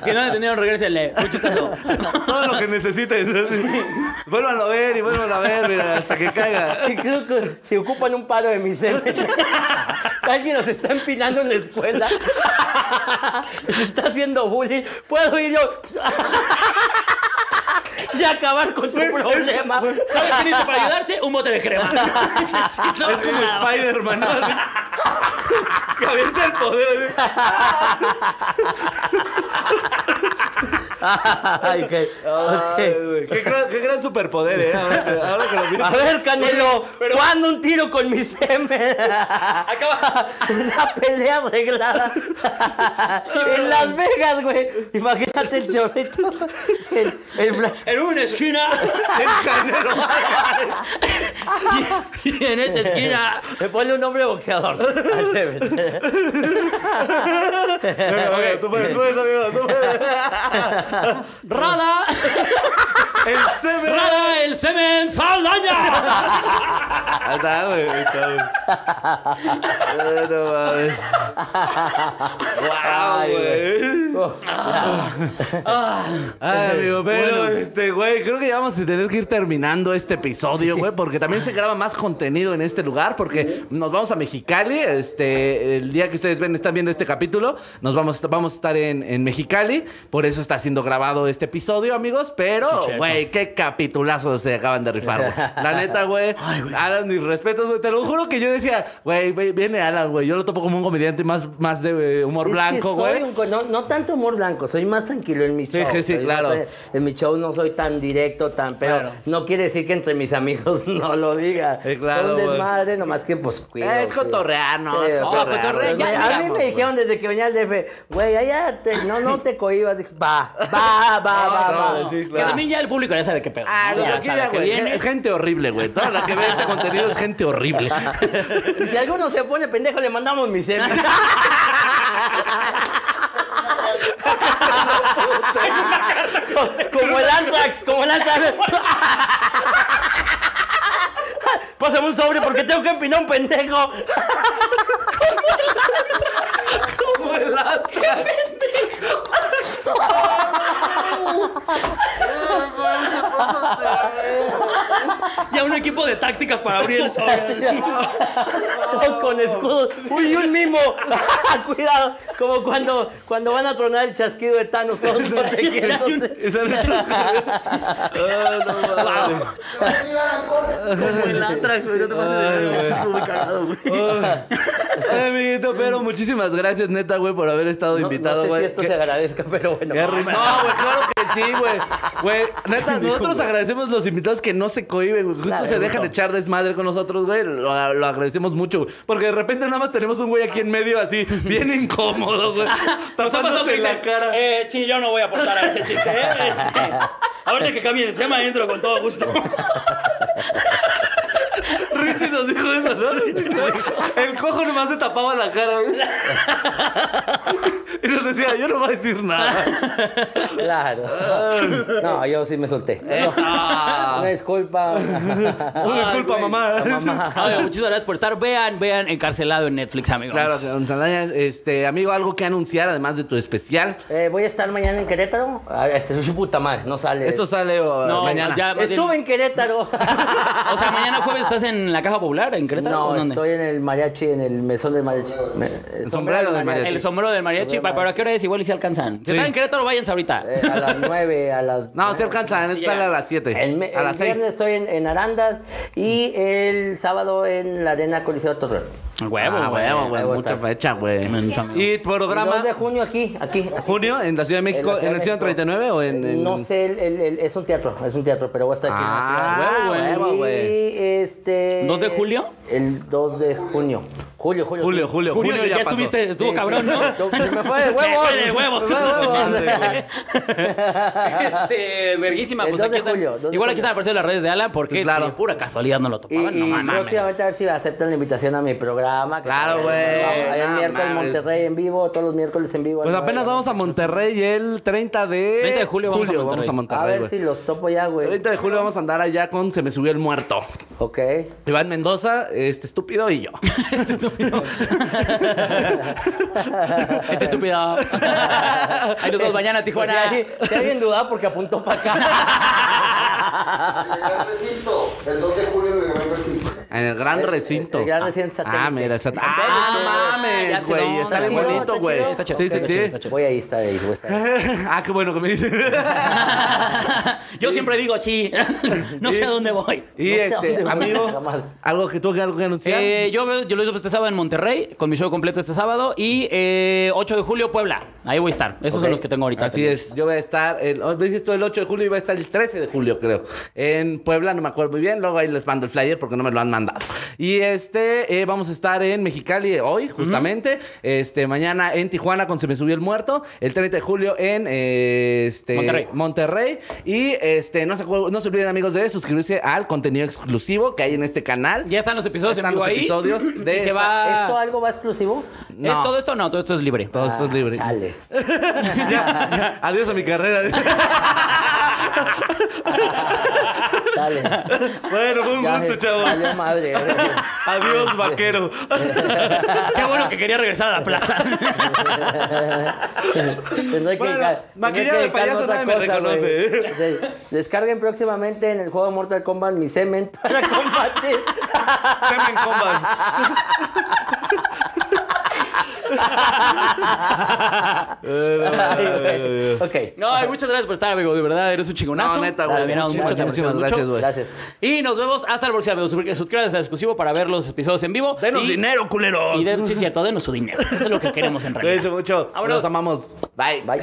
Speaker 1: Si no entendieron, regrésenle. Un chistazo.
Speaker 2: Todo lo que necesiten. así. Vuélvanlo a ver y vuélvanlo a ver, mira, hasta que caiga.
Speaker 3: Y creo que Si ocupan un paro de mi semen, alguien los está empinando en la escuela, se está haciendo bullying, puedo ir yo Pues, y acabar con tu
Speaker 2: Pues,
Speaker 3: problema.
Speaker 1: ¿Sabes qué necesito para ayudarte? Un bote de crema. Sí, sí, no,
Speaker 2: Es como
Speaker 1: nada.
Speaker 2: Spider-Man, ¿no? Así.
Speaker 1: ¿eh?
Speaker 2: Que avienta el poder. así.
Speaker 3: Ay, ok,
Speaker 2: Ay,
Speaker 3: ok.
Speaker 2: güey, qué, gran, qué gran superpoder, ¿eh? Ahora que, ahora que lo pienso.
Speaker 3: A ver, Canelo,
Speaker 1: Pero-
Speaker 3: ¿cuándo un tiro con mi semen?
Speaker 1: Acaba.
Speaker 3: Una pelea arreglada. en Las Vegas, güey. Imagínate el chorrito. El, el blanco.
Speaker 1: En una esquina. Y en esa esquina.
Speaker 3: Me pone un hombre boxeador. al semen.
Speaker 2: Venga, venga, tú puedes, tú puedes, amigo, tú puedes.
Speaker 1: Rada.
Speaker 2: El semen.
Speaker 1: Rada el semen Saldaña.
Speaker 2: Ahí Ah, está, güey, ahí está, güey. Ay, no mames.
Speaker 3: Ay,
Speaker 2: güey. Oh, Ah. Ay, amigo, pero este, güey, creo que ya vamos a tener que ir terminando este episodio, güey, porque también se graba más contenido en este lugar, porque nos vamos a Mexicali, este, el día que ustedes ven, están viendo este capítulo, nos vamos, vamos a estar en, en Mexicali, por eso está siendo grabado este episodio, amigos, pero,
Speaker 1: cierto.
Speaker 2: güey, qué capitulazo se acaban de rifar, güey. La neta, güey, Alan, mis respetos, güey, te lo juro que yo decía, güey, güey, viene Alan, güey, yo lo topo como un comediante más, más de eh, humor
Speaker 3: Es que
Speaker 2: blanco,
Speaker 3: soy
Speaker 2: güey.
Speaker 3: un co- No, no tanto humor blanco, soy más tranquilo en mi
Speaker 2: Sí,
Speaker 3: show.
Speaker 2: sí, sí,
Speaker 3: Soy
Speaker 2: claro.
Speaker 3: más- en mi show no soy tan directo, tan, pero
Speaker 2: Claro.
Speaker 3: no quiere decir que entre mis amigos no lo diga.
Speaker 2: Sí, claro,
Speaker 3: Son
Speaker 2: güey.
Speaker 3: desmadre, nomás que pues cuido.
Speaker 2: Eh, es
Speaker 3: cuido.
Speaker 2: cotorrear, no, es
Speaker 3: Sí,
Speaker 2: cotorrear,
Speaker 3: pero-
Speaker 1: cotorrear, ya
Speaker 3: me- a mí
Speaker 1: digamos,
Speaker 3: me dijeron desde que venía al DF, güey, allá te- no, no te cohibas. Dije, va, va, va, va, va.
Speaker 2: no, sí, claro.
Speaker 1: Que también ya el público ya sabe qué pedo.
Speaker 2: Ah,
Speaker 1: ¿no?
Speaker 2: lo
Speaker 1: Ya
Speaker 2: que aquí
Speaker 1: sabe
Speaker 2: ya,
Speaker 1: que
Speaker 2: güey.
Speaker 1: viene.
Speaker 2: Es gente horrible, güey. Toda la que ve este contenido es gente horrible.
Speaker 3: Y si alguno se pone pendejo, le mandamos mi semen. como el Antrax, como el Antrax. Pásame un sobre porque tengo que empinar un pendejo.
Speaker 1: Ya un equipo de tácticas para abrir el sol.
Speaker 3: Con escudos. Uy, un mimo. Cuidado. Como cuando, cuando van a tronar el chasquido de Thanos. todos protegiéndose. Como el Antrax, güey. No te pases de verga, estuvo muy cagado, güey.
Speaker 2: Ay, amiguito, pero muchísimas gracias, neta, güey, por haber estado
Speaker 3: No-
Speaker 2: invitado,
Speaker 3: no sé
Speaker 2: güey.
Speaker 3: si esto
Speaker 2: Qué-
Speaker 3: se agradezca, pero bueno.
Speaker 2: qué ri- No, güey, claro que sí, güey. Güey, neta, nosotros agradecemos los invitados que no se cohiben, güey. Justo
Speaker 3: Claro,
Speaker 2: se
Speaker 3: justo.
Speaker 2: dejan echar desmadre con nosotros, güey. Lo, lo agradecemos mucho, güey. Porque de repente nada más tenemos un güey aquí en medio así, bien incómodo, güey.
Speaker 1: Nos ha pasado que
Speaker 2: tapándose
Speaker 1: dicen,
Speaker 2: la cara.
Speaker 1: Eh, sí, yo no voy a aportar a ese chiste. eh, sí. Ahorita que cambien el tema, adentro con todo gusto.
Speaker 2: Richie nos dijo eso, ¿no? Richie nos dijo. El cojo nomás se tapaba la cara, güey. Y nos decía, yo no voy a decir nada.
Speaker 3: Claro. No, yo sí me solté. Una disculpa.
Speaker 2: Una disculpa, mamá.
Speaker 1: Oye, muchísimas gracias por estar. Vean, vean, encarcelado en Netflix, amigos.
Speaker 2: Claro, don Saldaña, este, amigo, algo que anunciar además de tu especial.
Speaker 3: Eh, voy a estar mañana en Querétaro. Ah, Este, su puta madre, no sale.
Speaker 2: Esto sale uh,
Speaker 1: No,
Speaker 2: mañana.
Speaker 1: ya- más bien-
Speaker 3: Estuve en Querétaro.
Speaker 1: O sea, mañana jueves estás en la Caja Popular, en Querétaro.
Speaker 3: No,
Speaker 1: ¿o dónde?
Speaker 3: estoy en el mariachi, en el mesón del mariachi. Me- eh,
Speaker 2: El sombrero del mariachi.
Speaker 1: El sombrero del mariachi,
Speaker 3: Sombrero del
Speaker 1: pa- pero ¿a qué hora es? Igual y si alcanzan. Si están en Querétaro, váyanse ahorita.
Speaker 3: Eh, a las nueve, a las.
Speaker 2: No, se alcanza, esto sale a las 7.
Speaker 3: El, me-
Speaker 2: a
Speaker 3: el
Speaker 2: las 6.
Speaker 3: viernes estoy en, en Arandas y el sábado en la Arena Coliseo Torreón.
Speaker 1: Huevo,
Speaker 2: ah, huevo,
Speaker 1: güey.
Speaker 2: güey.
Speaker 3: Ahí voy a
Speaker 2: Mucha
Speaker 3: estar.
Speaker 2: fecha, güey. Y
Speaker 3: El
Speaker 2: programa
Speaker 3: 2 de junio aquí, aquí. aquí.
Speaker 2: junio en la Ciudad de México, en
Speaker 3: Ciudad
Speaker 2: el
Speaker 3: de
Speaker 2: 139 o en,
Speaker 3: México.
Speaker 2: en-
Speaker 3: No sé, el- el- el- es un teatro, es un teatro, pero voy a estar aquí. en la ciudad.
Speaker 2: Ah,
Speaker 1: Huevo,
Speaker 2: huevo,
Speaker 3: Y,
Speaker 2: güey.
Speaker 3: este...
Speaker 1: ¿Dos de julio?
Speaker 3: El 2 de junio. Julio, julio.
Speaker 2: Julio, julio,
Speaker 1: Julio, ya,
Speaker 2: pasó.
Speaker 1: estuviste, estuvo
Speaker 3: Sí,
Speaker 1: cabrón,
Speaker 3: sí.
Speaker 1: ¿no?
Speaker 3: Se me fue de huevos.
Speaker 1: Se me fue de huevos.
Speaker 3: Se me fue de huevos.
Speaker 2: Madre, güey.
Speaker 1: Este, verguísima.
Speaker 3: El
Speaker 1: Pues
Speaker 3: 2
Speaker 1: aquí
Speaker 3: de
Speaker 1: están-
Speaker 3: julio, 2 de
Speaker 1: Igual aquí
Speaker 3: julio.
Speaker 1: están apareciendo las redes de Alan porque
Speaker 2: Claro.
Speaker 1: si de pura casualidad no lo
Speaker 3: Y,
Speaker 1: topaban. Ah, no
Speaker 3: y
Speaker 1: mames.
Speaker 3: próximamente a ver si aceptan la invitación a mi programa.
Speaker 2: Claro, güey.
Speaker 3: Ahí el
Speaker 2: No
Speaker 3: miércoles en
Speaker 2: mames.
Speaker 3: Monterrey en vivo, todos los miércoles en vivo.
Speaker 2: Pues
Speaker 3: ¿no?
Speaker 2: apenas vamos a Monterrey el 30 de...
Speaker 1: 30 de julio vamos a Monterrey.
Speaker 3: A ver
Speaker 2: güey.
Speaker 3: si los topo ya, güey.
Speaker 2: 30 de julio vamos a andar allá con Se me subió el muerto.
Speaker 3: Ok.
Speaker 2: Iván Mendoza, este estúpido y yo.
Speaker 1: Este estúpido. este estúpido. Ahí nos vemos mañana, Tijuana.
Speaker 3: Pues, si, hay- si alguien dudaba porque apuntó para acá.
Speaker 4: En el gran recinto, el 2 de julio en el gran recinto.
Speaker 2: En el gran
Speaker 3: El-
Speaker 2: recinto.
Speaker 3: el gran recinto satélite.
Speaker 2: Ah, mira, esa-
Speaker 3: Entonces,
Speaker 2: Ah,
Speaker 1: ya
Speaker 2: mames,
Speaker 1: sé
Speaker 2: güey.
Speaker 1: dónde.
Speaker 2: Está bien
Speaker 3: Está chido,
Speaker 2: bonito,
Speaker 3: está
Speaker 2: güey.
Speaker 3: chido,
Speaker 1: está chido,
Speaker 2: Sí, sí,
Speaker 1: está chido, está
Speaker 2: sí.
Speaker 1: chido.
Speaker 3: Voy a estar ahí, voy a estar ahí.
Speaker 2: Ah, qué bueno que me dices.
Speaker 1: Yo siempre digo sí. no sé a dónde voy.
Speaker 2: Y
Speaker 3: No sé
Speaker 2: este,
Speaker 3: dónde voy.
Speaker 2: amigo, algo que tú algo que anunciar.
Speaker 1: Eh, yo, veo- yo lo hice este sábado en Monterrey, con mi show completo este sábado. Y eh, 8 de julio, Puebla. Ahí voy a estar. Esos
Speaker 3: Ok.
Speaker 1: son los que tengo ahorita.
Speaker 2: Así es, yo voy a estar, el, me dices tú el 8 de julio y voy a estar el 13 de julio, creo. En Puebla, no me acuerdo muy bien, luego ahí les mando el flyer porque no me lo han mandado. Y este, eh, vamos a estar en Mexicali hoy, justamente. Este, mañana en Tijuana con Se Me Subió el Muerto. El 30 de julio en eh, este,
Speaker 1: Monterrey.
Speaker 2: Monterrey. Y este, no se, acuer- no se olviden, amigos, de suscribirse al contenido exclusivo que hay en este canal.
Speaker 1: Ya están los episodios
Speaker 2: Están
Speaker 1: en vivo
Speaker 2: los
Speaker 1: ahí.
Speaker 2: episodios
Speaker 1: Y
Speaker 2: de
Speaker 1: se
Speaker 2: esta-
Speaker 1: va.
Speaker 3: ¿Esto algo va exclusivo?
Speaker 1: ¿Es
Speaker 2: No.
Speaker 1: todo esto? No, todo esto es libre.
Speaker 2: Todo esto es libre.
Speaker 3: Ah, Chale.
Speaker 2: Ya, ya. Adiós a mi carrera.
Speaker 3: Chale.
Speaker 2: bueno, fue un
Speaker 3: Ya,
Speaker 2: gusto, chavos.
Speaker 3: valió madre.
Speaker 2: Adiós, vaquero.
Speaker 1: Qué bueno que quería regresar a la plaza.
Speaker 3: Tendré que
Speaker 2: Bueno,
Speaker 3: dedicar-
Speaker 2: maquillado de
Speaker 3: tendré que dedicarme
Speaker 2: payaso
Speaker 3: a otra
Speaker 2: nadie me
Speaker 3: cosa, güey.
Speaker 2: reconoce,
Speaker 3: Sí. Descarguen próximamente en el juego de Mortal Kombat mi semen para combatir.
Speaker 2: Semen Combat.
Speaker 3: Ay, güey. ok.
Speaker 1: No, ay, muchas gracias por estar, amigo. De verdad, eres un chingonazo.
Speaker 2: No, neta, güey.
Speaker 1: Te admiramos
Speaker 2: Muchísimas,
Speaker 1: mucho, te
Speaker 2: muchísimas
Speaker 1: apreciamos mucho.
Speaker 2: gracias, güey.
Speaker 3: Gracias.
Speaker 1: Y nos vemos hasta el próximo, amigos. Suscri- Suscríbanse al exclusivo para ver los episodios en vivo.
Speaker 2: Denos
Speaker 1: Y-
Speaker 2: dinero, culeros.
Speaker 1: Y den, sí, es cierto, denos su dinero. Eso es lo que queremos en realidad.
Speaker 2: Cuídense mucho.
Speaker 1: Vámonos.
Speaker 2: Los amamos.
Speaker 3: Bye.